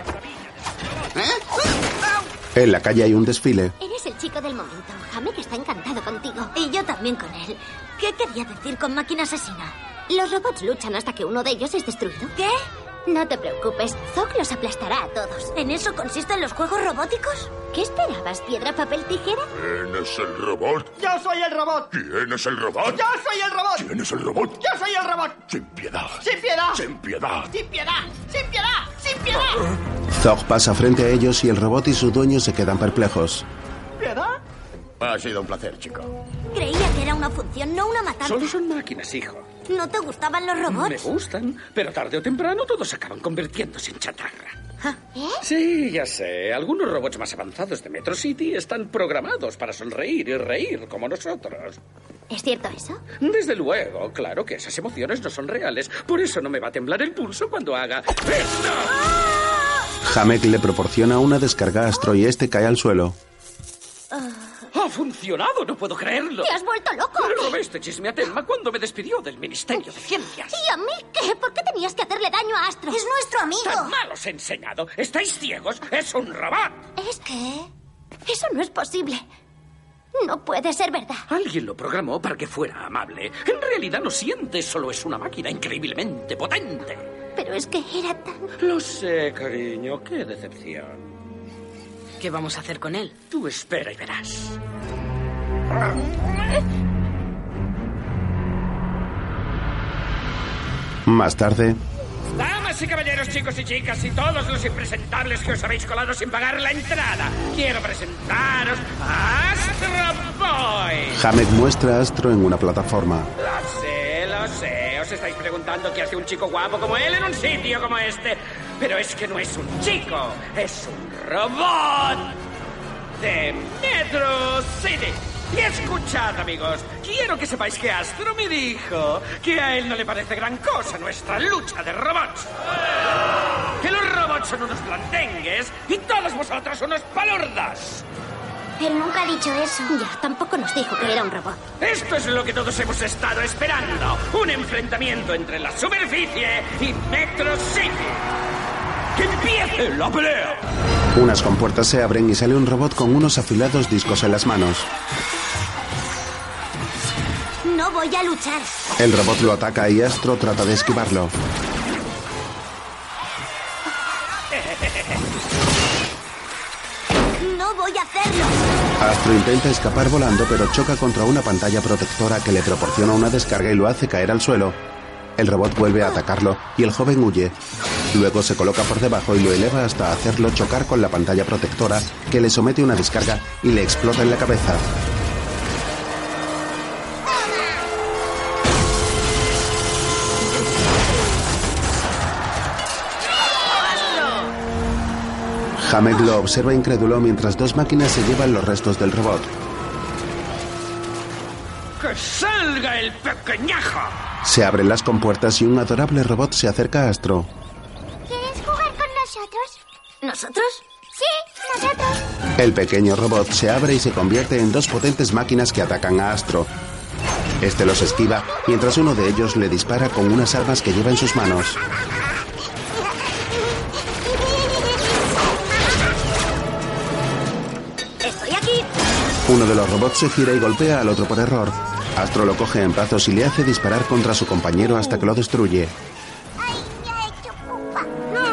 ¡Ah! En la calle hay un desfile. Eres el chico del momento. Jamek está encantado contigo. Y yo también con él. ¿Qué quería decir con máquina asesina? Los robots luchan hasta que uno de ellos es destruido. ¿Qué? No te preocupes, Zog los aplastará a todos. ¿En eso consisten los juegos robóticos? ¿Qué esperabas? ¿Piedra, papel, tijera? ¿Quién es el robot? ¡Yo soy el robot! ¿Quién es el robot? ¡Yo soy el robot! ¿Quién es el robot? ¡Yo soy el robot! Sin piedad. ¡Sin piedad! Sin piedad. ¡Sin piedad! ¡Sin piedad! ¡Sin piedad! Zog pasa frente a ellos y el robot y sus dueños se quedan perplejos. ¿Piedad? Ha sido un placer, chico. Creía que era una función, no una matanza. Solo son máquinas, hijo. ¿No te gustaban los Me robots? gustan, pero tarde o temprano todos acaban convirtiéndose en chatarra. ¿Eh? Sí, ya sé. Algunos robots más avanzados de Metro City están programados para sonreír y reír como nosotros. ¿Es cierto eso? Desde luego, claro que esas emociones no son reales. Por eso no me va a temblar el pulso cuando haga esto. Hamek le proporciona una descarga a Astro y este cae al suelo. ¡Ha funcionado! ¡No puedo creerlo! Ah. ¡Te has vuelto loco! Le robé este chisme a Telma cuando me despidió del Ministerio de Ciencias. ¿Y a mí qué? ¿Por qué tenías que hacerle daño a Astro? Es nuestro ¡Tan mal os he enseñado! ¡Estáis ciegos! ¡Es un robot! Es que... Eso no es posible. No puede ser verdad. Alguien lo programó para que fuera amable. En realidad no siente, solo es una máquina increíblemente potente. Pero es que era tan... Lo sé, cariño, qué decepción. ¿Qué vamos a hacer con él? Tú espera y verás. ¿Eh? Más tarde, Damas y caballeros, chicos y chicas, y todos los impresentables que os habéis colado sin pagar la entrada, quiero presentaros a Astro Boy. Hamek muestra a Astro en una plataforma. Lo sé, lo sé. Os estáis preguntando qué hace un chico guapo como él en un sitio como este. Pero es que no es un chico, es un robot de Metro City. Y escuchad, amigos, quiero que sepáis que Astro me dijo que a él no le parece gran cosa nuestra lucha de robots. Que los robots son unos blandengues y todos vosotros unos palurdas. Él nunca ha dicho eso. Ya, tampoco nos dijo que era un robot. Esto es lo que todos hemos estado esperando. Un enfrentamiento entre la superficie y Metro City. ¡Que empiece la pelea! Unas compuertas se abren y sale un robot con unos afilados discos en las manos. No voy a luchar. El robot lo ataca y Astro trata de esquivarlo. No voy a hacerlo. Astro intenta escapar volando pero choca contra una pantalla protectora que le proporciona una descarga y lo hace caer al suelo. El robot vuelve a atacarlo y el joven huye. Luego se coloca por debajo y lo eleva hasta hacerlo chocar con la pantalla protectora que le somete una descarga y le explota en la cabeza. Hamed lo observa incrédulo mientras dos máquinas se llevan los restos del robot. ¡Que salga el pequeñajo! Se abren las compuertas y un adorable robot se acerca a Astro. ¿Quieres jugar con nosotros? ¿Nosotros? Sí, nosotros. El pequeño robot se abre y se convierte en dos potentes máquinas que atacan a Astro. Este los esquiva mientras uno de ellos le dispara con unas armas que lleva en sus manos. Estoy aquí. Uno de los robots se gira y golpea al otro por error. Astro lo coge en brazos y le hace disparar contra su compañero hasta que lo destruye.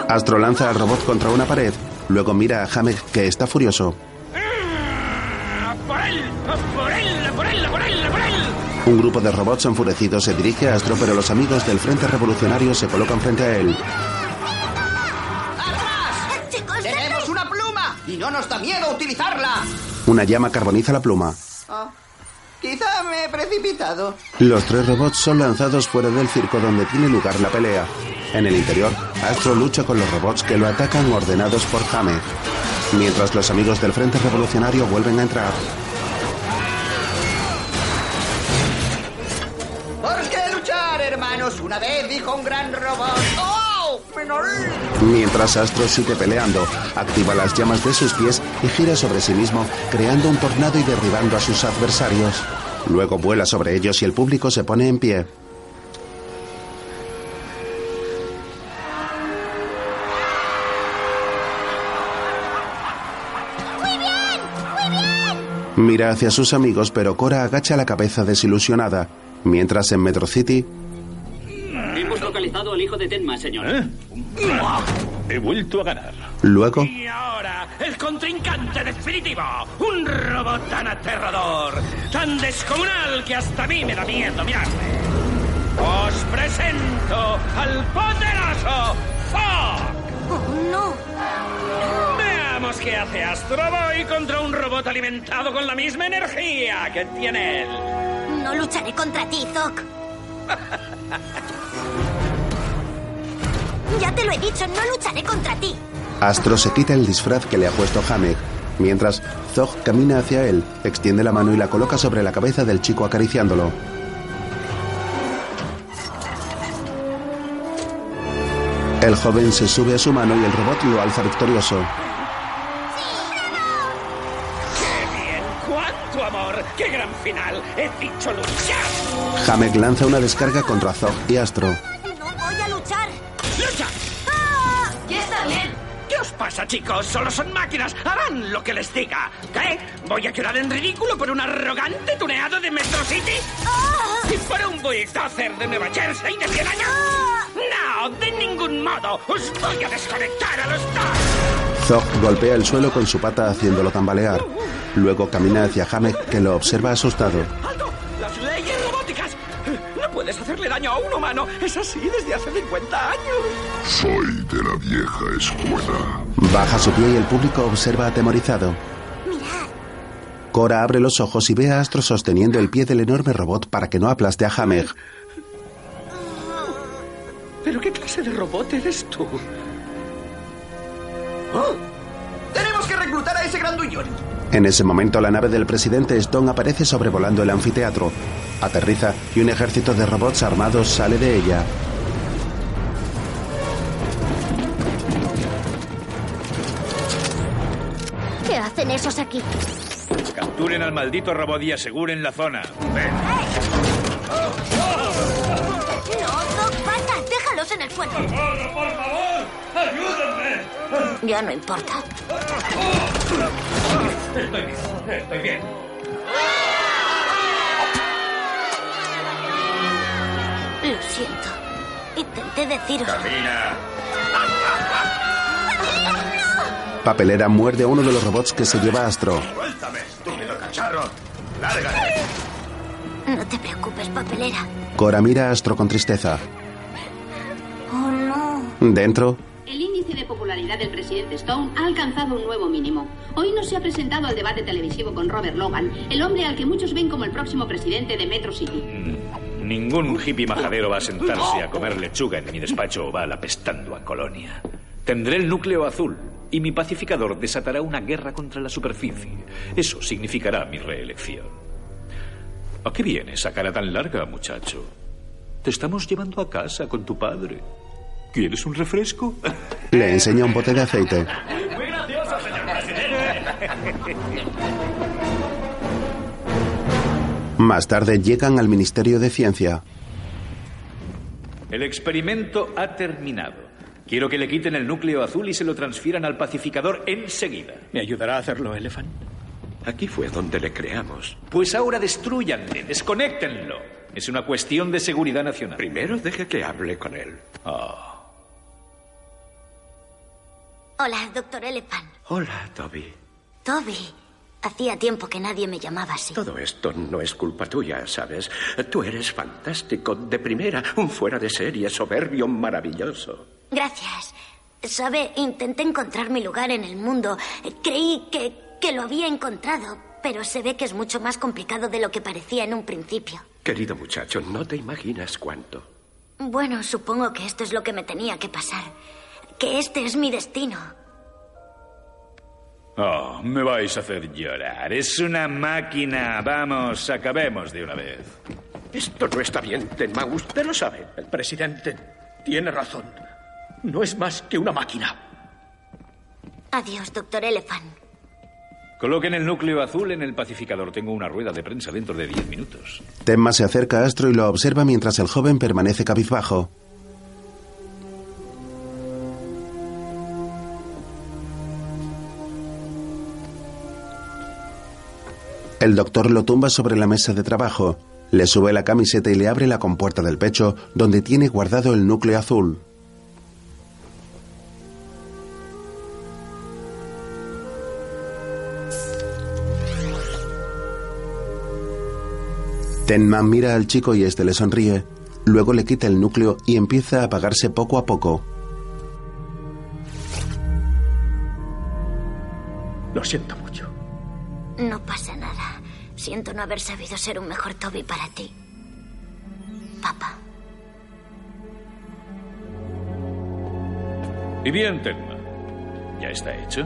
Astro lanza al robot contra una pared, luego mira a Hamek que está furioso. ¡A por él! ¡A por él! ¡A por él! ¡A por él! ¡A por él! Un grupo de robots enfurecidos se dirige a Astro, pero los amigos del Frente Revolucionario se colocan frente a él. Ah, Chicos, ¡Tenemos una pluma! ¡Y no nos da miedo utilizarla! Una llama carboniza la pluma. Ah, Quizá me he precipitado. Los tres robots son lanzados fuera del circo donde tiene lugar la pelea. En el interior, Astro lucha con los robots que lo atacan ordenados por Jame, mientras los amigos del Frente Revolucionario vuelven a entrar. ¿Por qué luchar, hermanos? Una vez dijo un gran robot. ¡Oh! ¡Menor! Mientras Astro sigue peleando, activa las llamas de sus pies y gira sobre sí mismo, creando un tornado y derribando a sus adversarios. Luego vuela sobre ellos y el público se pone en pie. Mira hacia sus amigos, pero Cora agacha la cabeza desilusionada, mientras en Metro City, Mm. Hemos localizado al hijo de Tenma, señor. ¿Eh? Mm. He vuelto a ganar. luego, Y ahora, el contrincante definitivo. Un robot tan aterrador, tan descomunal que hasta a mí me da miedo mirarle. Os presento al poderoso Fox. Oh, no. Veamos qué hace Astro Boy contra un robot alimentado con la misma energía que tiene él. No lucharé contra ti, Zoc. ya te lo he dicho, no lucharé contra ti. Astro se quita el disfraz que le ha puesto Hamek, mientras Zog camina hacia él, extiende la mano y la coloca sobre la cabeza del chico acariciándolo. El joven se sube a su mano y el robot lo alza victorioso. ¡Qué bien! ¡Cuánto amor! ¡Qué gran final! ¡He dicho luchar! Hamek lanza una descarga contra Zog y Astro. Voy a luchar. ¡Ah! ¡Lucha! ¡Ya está bien! ¿Qué os pasa, chicos? Solo son máquinas. Harán lo que les diga. ¿Qué? ¿Voy a quedar en ridículo por un arrogante tuneado de Metro City? ¡Ah! ¿Y por un bulldozer de Nueva Jersey de 100 años? ¡Ah! ¡No! ¡De ningún modo! ¡Os voy a desconectar a los dos! Zog golpea el suelo con su pata haciéndolo tambalear. Luego camina hacia Hamek que lo observa asustado. ¡Alto! ¡Las leyes robóticas! No puedes hacerle daño a un humano. Es así desde hace 50 años. Soy de la vieja escuela. Baja su pie y el público observa atemorizado. Cora abre los ojos y ve a Astro sosteniendo el pie del enorme robot para que no aplaste a Hamer. ¿Pero qué clase de robot eres tú? ¡Oh! Tenemos que reclutar a ese grandullón. En ese momento, la nave del presidente Stone aparece sobrevolando el anfiteatro. Aterriza y un ejército de robots armados sale de ella. ¿Qué hacen esos aquí? Capturen al maldito robot y aseguren la zona. No, Zoc, basta. Déjalos en el suelo. ¡Por favor, por favor! ¡Ayúdenme! Ya no importa. Estoy bien, estoy bien. Lo siento. Intenté deciros. Papelera muerde a uno de los robots que se lleva a Astro. ¡Suéltame, estúpido cacharro! ¡Lárgate! No te preocupes, papelera. Cora mira a Astro con tristeza. Oh, no. Dentro, El índice de popularidad del presidente Stone ha alcanzado un nuevo mínimo. Hoy no se ha presentado al debate televisivo con Robert Logan, el hombre al que muchos ven como el próximo presidente de Metro City. Ningún hippie majadero va a sentarse a comer lechuga en mi despacho oval apestando a colonia. Tendré el núcleo azul y mi pacificador desatará una guerra contra la superficie. Eso significará mi reelección. ¿A qué viene esa cara tan larga, muchacho? Te estamos llevando a casa con tu padre. ¿Quieres un refresco? <laughs> le enseña un bote de aceite. Muy gracioso, señor presidente. Más tarde llegan al Ministerio de Ciencia. El experimento ha terminado. Quiero que le quiten el núcleo azul y se lo transfieran al pacificador enseguida. ¿Me ayudará a hacerlo, Elephant? Aquí fue donde le creamos. Pues ahora destruyanle, desconéctenlo. Es una cuestión de seguridad nacional. Oh, Primero deje que hable con él. Hola, doctor Elephant. Hola, Toby. Toby. Hacía tiempo que nadie me llamaba así. Todo esto no es culpa tuya, ¿sabes? Tú eres fantástico, de primera, un fuera de serie, soberbio, maravilloso. Gracias. Sabe, intenté encontrar mi lugar en el mundo. Creí que, que lo había encontrado, Pero se ve que es mucho más complicado de lo que parecía en un principio. Querido muchacho, no te imaginas cuánto. Bueno, supongo que esto es lo que me tenía que pasar. Que este es mi destino. Oh, me vais a hacer llorar. Es una máquina. Vamos, acabemos de una vez. Esto no está bien, Tenma. Usted lo sabe. El presidente tiene razón. No es más que una máquina. Adiós, doctor Elephant. Coloquen el núcleo azul en el pacificador. Tengo una rueda de prensa dentro de 10 minutos. Tenma se acerca a Astro y lo observa mientras el joven permanece cabizbajo. El doctor lo tumba sobre la mesa de trabajo, le sube la camiseta y le abre la compuerta del pecho donde tiene guardado el núcleo azul. Tenman mira al chico y este le sonríe. Luego le quita el núcleo y empieza a apagarse poco a poco. Lo siento mucho. No pasa nada. Siento no haber sabido ser un mejor Toby para ti. Papá. Y bien, Tenma. ¿Ya está hecho?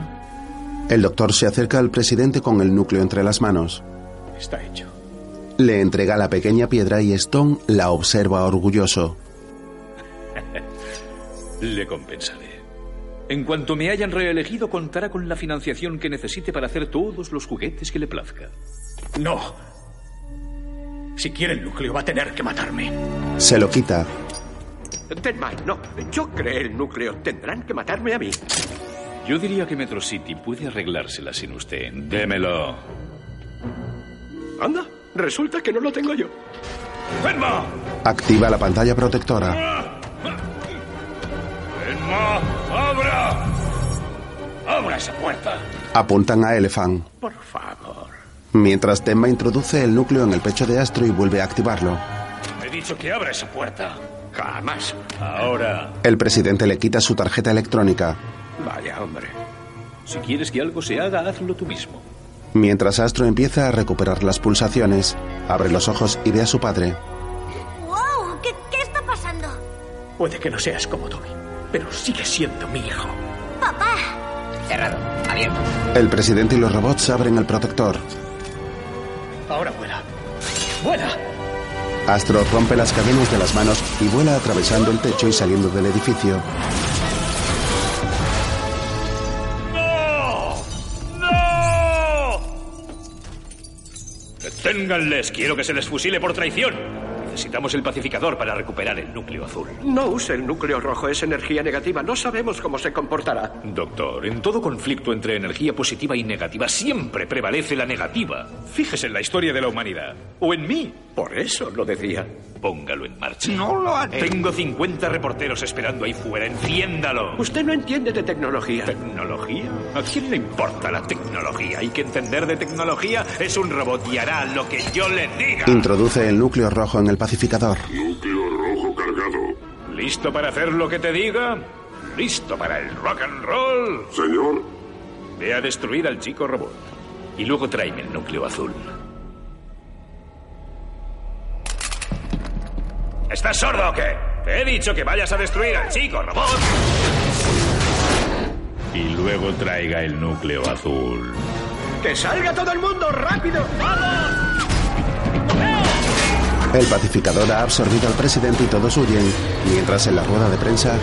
El doctor se acerca al presidente con el núcleo entre las manos. Está hecho. Le entrega la pequeña piedra y Stone la observa orgulloso. <laughs> Le compensaré. En cuanto me hayan reelegido, contará con la financiación que necesite para hacer todos los juguetes que le plazca. No. Si quiere el núcleo, va a tener que matarme. Se lo quita. Tenma, no. Yo creé el núcleo. Tendrán que matarme a mí. Yo diría que Metro City puede arreglársela sin usted. Démelo. Anda, resulta que no lo tengo yo. ¡Tenma! Activa la pantalla protectora. ¡Tenma! ¡Abra! ¡Abra esa puerta! Apuntan a Elephant. Por favor. Mientras Tenma introduce el núcleo en el pecho de Astro y vuelve a activarlo. He dicho que abra esa puerta. Jamás. Ahora. El presidente le quita su tarjeta electrónica. Vaya, hombre. Si quieres que algo se haga, hazlo tú mismo. Mientras Astro empieza a recuperar las pulsaciones, abre los ojos y ve a su padre. ¡Wow! ¿Qué, qué está pasando? Puede que no seas como Toby, pero sigue siendo mi hijo. ¡Papá! Cerrado. Abierto. El presidente y los robots abren el protector. Ahora vuela. ¡Vuela! Astro rompe las cadenas de las manos y vuela atravesando el techo y saliendo del edificio. Deténganles, quiero que se les fusile por traición. Necesitamos el pacificador para recuperar el núcleo azul. No use el núcleo rojo, es energía negativa. No sabemos cómo se comportará. Doctor, en todo conflicto entre energía positiva y negativa siempre prevalece la negativa. Fíjese en la historia de la humanidad. O en mí. Por eso lo decía. Póngalo en marcha. No lo haré. Tengo 50 reporteros esperando ahí fuera. Enciéndalo. Usted no entiende de tecnología. ¿Tecnología? ¿A quién le importa la tecnología? Hay que entender de tecnología. Es un robot y hará lo que yo le diga. Introduce el núcleo rojo en el pacificador. Núcleo rojo cargado. ¿Listo para hacer lo que te diga? ¿Listo para el rock and roll? Señor, Ve a destruir al chico robot. Y luego tráeme el núcleo azul. ¿Estás sordo o qué? Te he dicho que vayas a destruir al chico robot. Y luego traiga el núcleo azul. ¡Que salga todo el mundo! ¡Rápido! ¡Vamos! El pacificador ha absorbido al presidente y todos huyen, mientras en la rueda de prensa,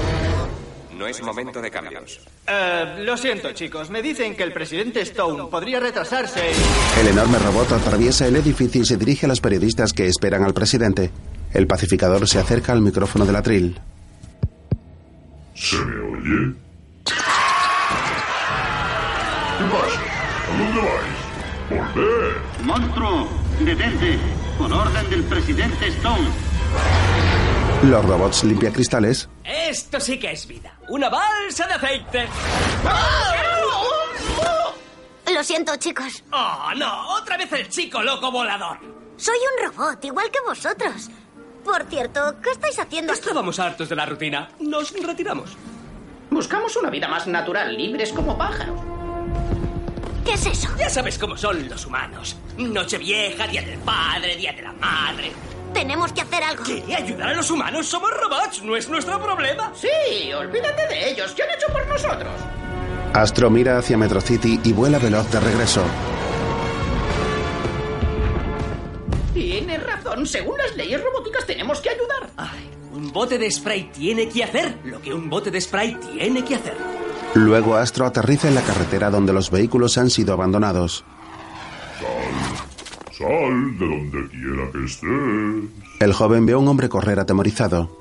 No es momento de cambios. Eh, lo siento, chicos. Me dicen que el presidente Stone podría retrasarse y... el enorme robot atraviesa el edificio y se dirige a los periodistas que esperan al presidente. El pacificador se acerca al micrófono del atril. ¿se me oye? ¿Qué pasa? ¿A dónde vais? ¡Volved! Monstruo, detente, por orden del presidente Stone. Los robots limpia cristales. Esto sí que es vida. Una balsa de aceite. ¡Oh! Lo siento, chicos. ¡Oh, no! ¡Otra vez el chico loco volador! Soy un robot, igual que vosotros. Por cierto, ¿qué estáis haciendo aquí? Estábamos hartos de la rutina. Nos retiramos. Buscamos una vida más natural, libres como pájaros. ¿Qué es eso? Ya sabes cómo son los humanos. Nochevieja, Día del Padre, Día de la Madre. Tenemos que hacer algo. ¿Qué? ¿Ayudar a los humanos? Somos robots, no es nuestro problema. Sí, olvídate de ellos. ¿Qué han hecho por nosotros? Astro mira hacia Metro City y vuela veloz de regreso. Tienes razón. Según las leyes robóticas, tenemos que ayudar. Ay, un bote de spray tiene que hacer lo que un bote de spray tiene que hacer. Luego Astro aterriza en la carretera donde los vehículos han sido abandonados. Sal, sal de donde quiera que estés. El joven ve a un hombre correr atemorizado.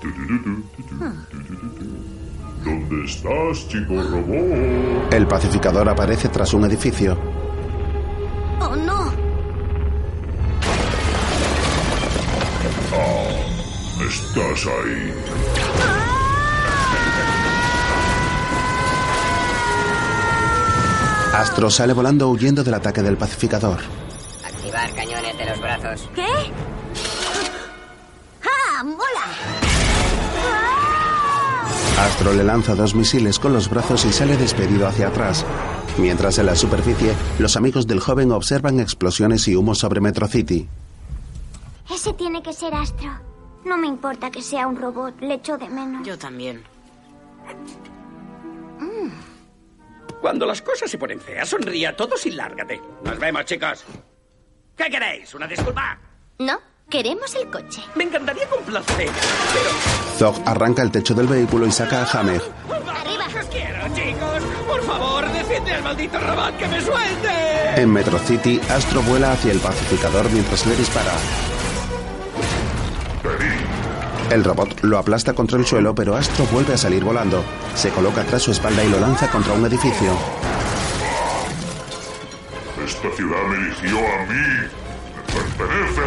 Tu, tu, tu, tu, tu, tu, tu, tu, tu. ¿Dónde estás, chico robot? El pacificador aparece tras un edificio. ¡Oh, no! Ah, estás ahí. Astro sale volando huyendo del ataque del pacificador. Activar cañones de los brazos. ¿Qué? ¡Ah, mola! Astro le lanza dos misiles con los brazos y sale despedido hacia atrás. Mientras en la superficie, los amigos del joven observan explosiones y humo sobre Metro City. Ese tiene que ser Astro. No me importa que sea un robot, le echo de menos. Yo también. Mm. Cuando las cosas se ponen feas, sonríe a todos y lárgate. Nos vemos, chicos. ¿Qué queréis? ¿Una disculpa? No, queremos el coche. Me encantaría complacer, Zog arranca el techo del vehículo y saca a Hammer. pero... ¡Arriba! ¡Os quiero, chicos! ¡Por favor, defiende al maldito robot que me suelte! En Metro City, Astro vuela hacia el pacificador mientras le dispara. El robot lo aplasta contra el suelo, pero Astro vuelve a salir volando. Se coloca tras su espalda y lo lanza contra un edificio. Esta ciudad me eligió a mí. Me pertenece.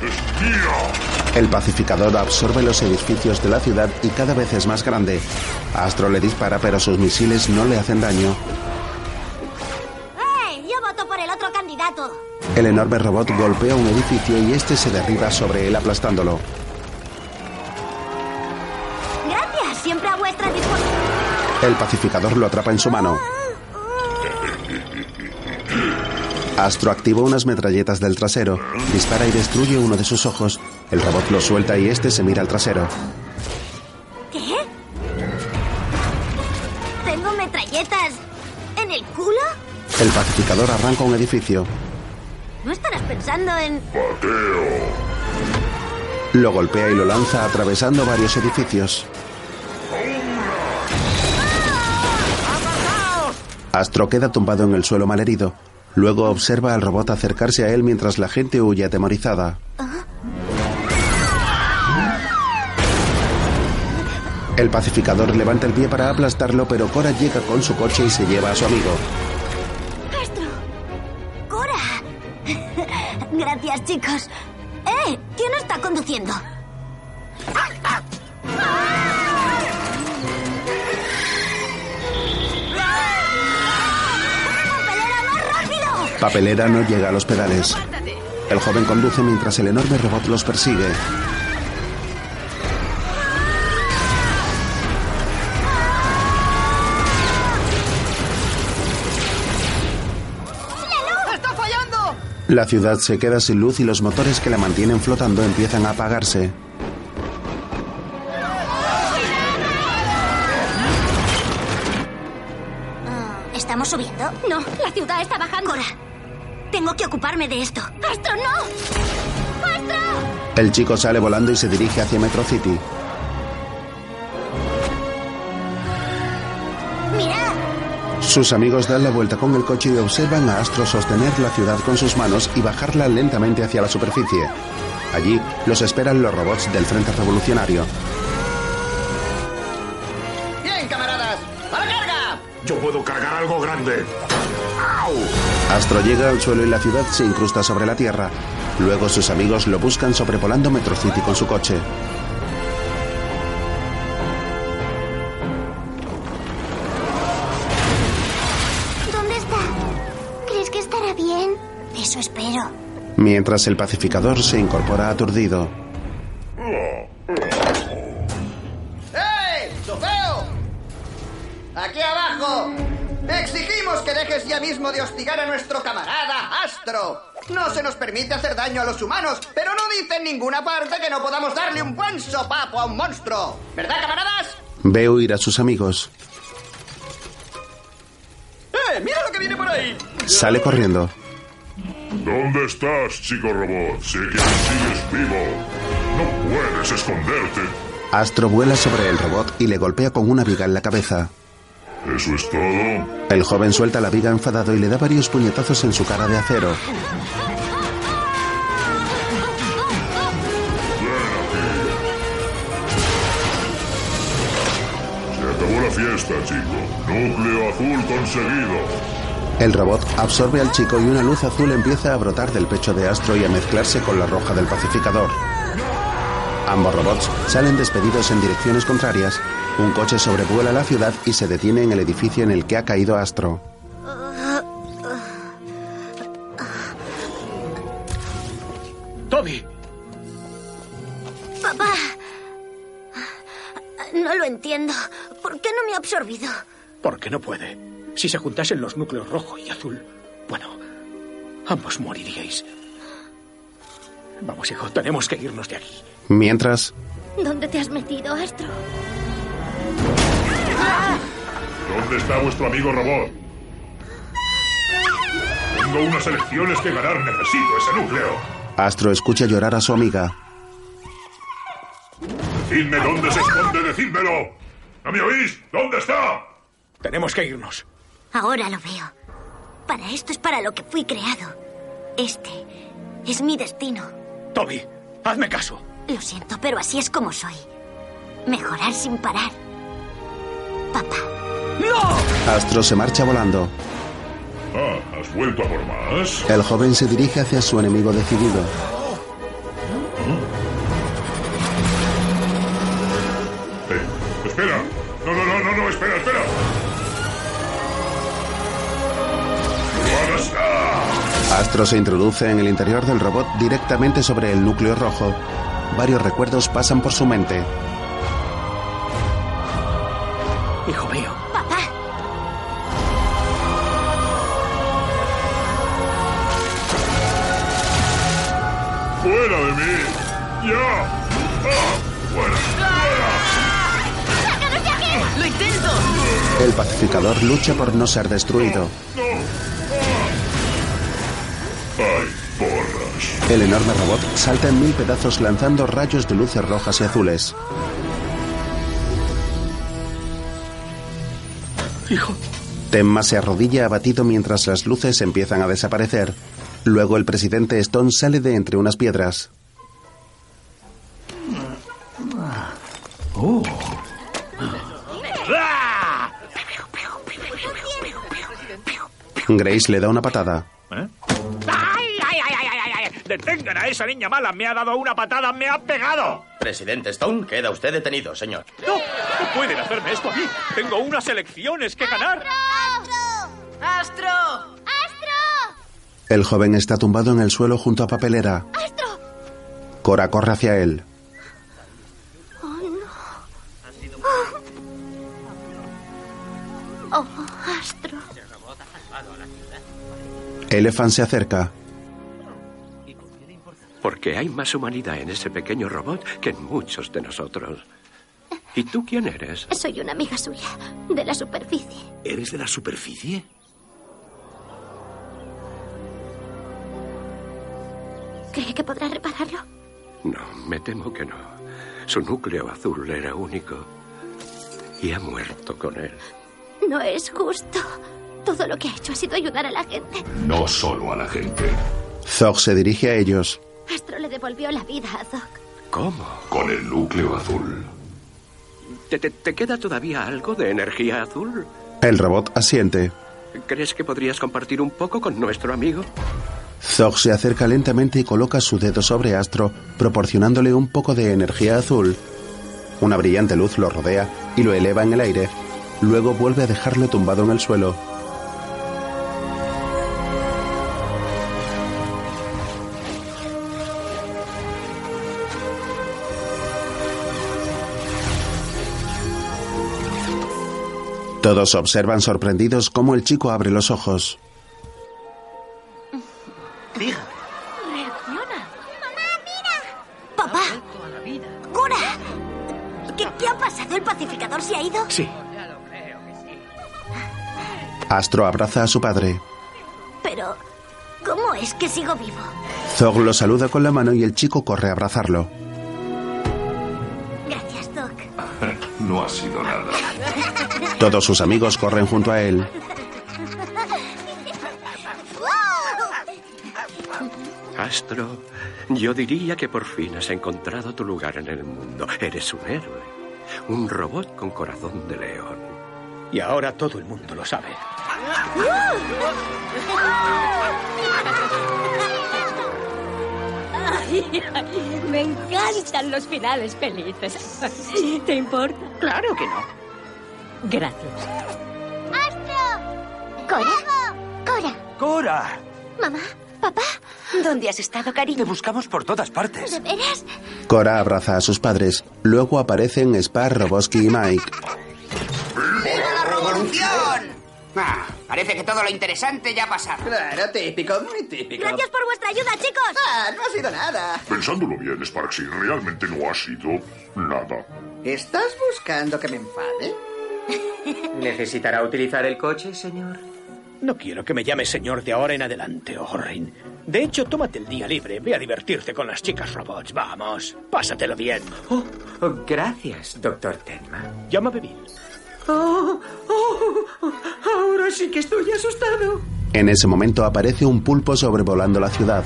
Es mía. El pacificador absorbe los edificios de la ciudad y cada vez es más grande. Astro le dispara, pero sus misiles no le hacen daño. ¡Eh! Yo voto por el otro candidato. El enorme robot golpea un edificio y este se derriba sobre él aplastándolo. Gracias, siempre a vuestra disposición. El pacificador lo atrapa en su mano. Astro activa unas metralletas del trasero, dispara y destruye uno de sus ojos. El robot lo suelta y este se mira al trasero. ¿Qué? ¿Tengo metralletas en el culo? El pacificador arranca un edificio, ¿No estarás pensando en...? lo golpea y lo lanza atravesando varios edificios. Astro queda tumbado en el suelo malherido. Luego observa al robot acercarse a él mientras la gente huye atemorizada. El pacificador levanta el pie para aplastarlo, pero Cora llega con su coche y se lleva a su amigo. ¡Astro! ¡Cora! <laughs> Gracias, chicos. ¡Eh! ¿Quién está conduciendo? ¡Ah! Papelera no llega a los pedales. El joven conduce mientras el enorme robot los persigue. ¡Está fallando! La ciudad se queda sin luz y los motores que la mantienen flotando empiezan a apagarse. ¿Estamos subiendo? No, la ciudad está bajando. Cora, tengo que ocuparme de esto. ¡Astro, no! ¡Astro! El chico sale volando y se dirige hacia Metro City. Sus amigos dan la vuelta con el coche y observan a Astro sostener la ciudad con sus manos y bajarla lentamente hacia la superficie. Allí los esperan los robots del Frente Revolucionario. ¡Bien, camaradas! ¡A la carga! Yo puedo cargar algo grande. Astro llega al suelo y la ciudad se incrusta sobre la tierra. Luego sus amigos lo buscan sobrevolando Metro City con su coche. ¿Dónde está? ¿Crees que estará bien? Eso espero. Mientras el pacificador se incorpora aturdido. ¡Eh! ¡Lo veo! ¡Aquí abajo! ¡Exigimos que dejes ya mismo de hostigar a nuestro camarada Astro! No se nos permite hacer daño a los humanos, pero no dice en ninguna parte que no podamos darle un buen sopapo a un monstruo. ¿Verdad, camaradas? Ve huir a sus amigos. ¡Eh! ¡Mira lo que viene por ahí! Sale corriendo. ¿Dónde estás, chico robot? Sé que aún sigues vivo. No puedes esconderte. Astro vuela sobre el robot y le golpea con una viga en la cabeza. ¿Eso es todo? El joven suelta la viga enfadado y le da varios puñetazos en su cara de acero. Se acabó la fiesta, chico. Núcleo azul conseguido. El robot absorbe al chico y una luz azul empieza a brotar del pecho de Astro y a mezclarse con la roja del pacificador. Ambos robots salen despedidos en direcciones contrarias. Un coche sobrevuela la ciudad y se detiene en el edificio en el que ha caído Astro. Ah, Toby, Papá. No lo entiendo. ¿Por qué no me ha absorbido? ¿por qué no puede? Si se juntasen los núcleos rojo y azul, bueno, ambos moriríais. Vamos, hijo, tenemos que irnos de aquí. Mientras, ¿Dónde te has metido, Astro? ¿Dónde está vuestro amigo robot? Tengo unas elecciones que ganar. Necesito ese núcleo. Astro escucha llorar a su amiga. Decidme dónde se esconde, decídmelo. ¿No me oís? ¿Dónde está? Tenemos que irnos. Ahora lo veo. Para esto es para lo que fui creado. Este es mi destino. Toby, hazme caso. Lo siento, pero así es como soy. Mejorar sin parar. Astro se marcha volando. Ah, ¿has vuelto a por más? El joven se dirige hacia su enemigo decidido. Eh, espera. No, no, no, no, no, espera, espera. Astro se introduce en el interior del robot directamente sobre el núcleo rojo. Varios recuerdos pasan por su mente. Hijo mío. ¡Fuera de mí! ¡Ya! ¡Ah! ¡Fuera! ¡Sácanos de aquí! ¡Lo intento! El pacificador lucha por no ser destruido. ¡Ay, porras! El enorme robot salta en mil pedazos lanzando rayos de luces rojas y azules. Hijo. Tenma se arrodilla abatido mientras las luces empiezan a desaparecer. Luego el presidente Stone sale de entre unas piedras. Grace le da una patada. ¡Ay, ay, ay, ay, ay, ay! ¡Detengan a esa niña mala! ¡Me ha dado una patada! ¡Me ha pegado! Presidente Stone, queda usted detenido, señor. ¡No! ¡No pueden hacerme esto a mí! ¡Tengo unas elecciones que ganar! ¡Astro! El joven está tumbado en el suelo junto a papelera. Cora corre hacia él. Oh, no. Oh, Astro. Elephant se acerca. Porque hay más humanidad en ese pequeño robot que en muchos de nosotros. ¿Y tú quién eres? Soy una amiga suya, de la superficie. ¿Eres de la superficie? ¿Cree que podrá repararlo? No, me temo que no. Su núcleo azul era único. Y ha muerto con él. No es justo. Todo lo que ha hecho ha sido ayudar a la gente. No solo a la gente. Zog se dirige a ellos. Astro le devolvió la vida a Zog. ¿Cómo? Con el núcleo azul. ¿Te, te- te queda todavía algo de energía azul? El robot asiente. ¿Crees que podrías compartir un poco con nuestro amigo? Zog se acerca lentamente y coloca su dedo sobre Astro, proporcionándole un poco de energía azul. Una brillante luz lo rodea y lo eleva en el aire. Luego vuelve a dejarlo tumbado en el suelo. Todos observan sorprendidos cómo el chico abre los ojos. Diga. Reacciona. Mamá, mira. Papá. ¡Cura! ¿Qué, ¿Qué ha pasado? ¿El pacificador se ha ido? Sí. Astro abraza a su padre. Pero, ¿cómo es que sigo vivo? Zog lo saluda con la mano y el chico corre a abrazarlo. Gracias, Doc. <laughs> No ha sido nada. <laughs> Todos sus amigos corren junto a él. Astro, yo diría que por fin has encontrado tu lugar en el mundo. Eres un héroe. Un robot con corazón de león. Y ahora todo el mundo lo sabe. Ay, ay, me encantan los finales felices. ¿Te importa? Claro que no. Gracias. ¡Astro! ¡Cora! ¡Cora! ¡Cora! Mamá, papá, ¿Dónde has estado, cariño? Te buscamos por todas partes. ¿de veras? Cora abraza a sus padres. Luego aparecen Spar, Roboski y Mike. ¡Viva la revolución! Ah, parece que todo lo interesante ya ha pasado. Claro, típico, muy típico. Gracias por vuestra ayuda, chicos. Ah, no ha sido nada. Pensándolo bien, Sparksy, realmente no ha sido nada. ¿Estás buscando que me enfade? <laughs> ¿Necesitará utilizar el coche, señor? No quiero que me llames señor de ahora en adelante, O'Rein. De hecho, tómate el día libre. Ve a divertirte con las chicas robots. Vamos, pásatelo bien. Oh, Oh, gracias, doctor Tenma. llámame Bill. Oh, oh, oh, ahora sí que estoy asustado. En ese momento aparece un pulpo sobrevolando la ciudad.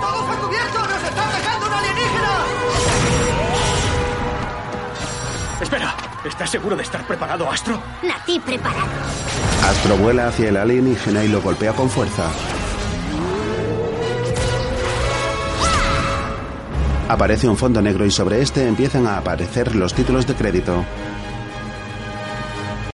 ¡Todo fue cubierto! ¡Nos está atacando un alienígena! Espera, ¿estás seguro de estar preparado, Astro? Nací preparado. Astro vuela hacia el alienígena y lo golpea con fuerza. Aparece un fondo negro y sobre este empiezan a aparecer los títulos de crédito.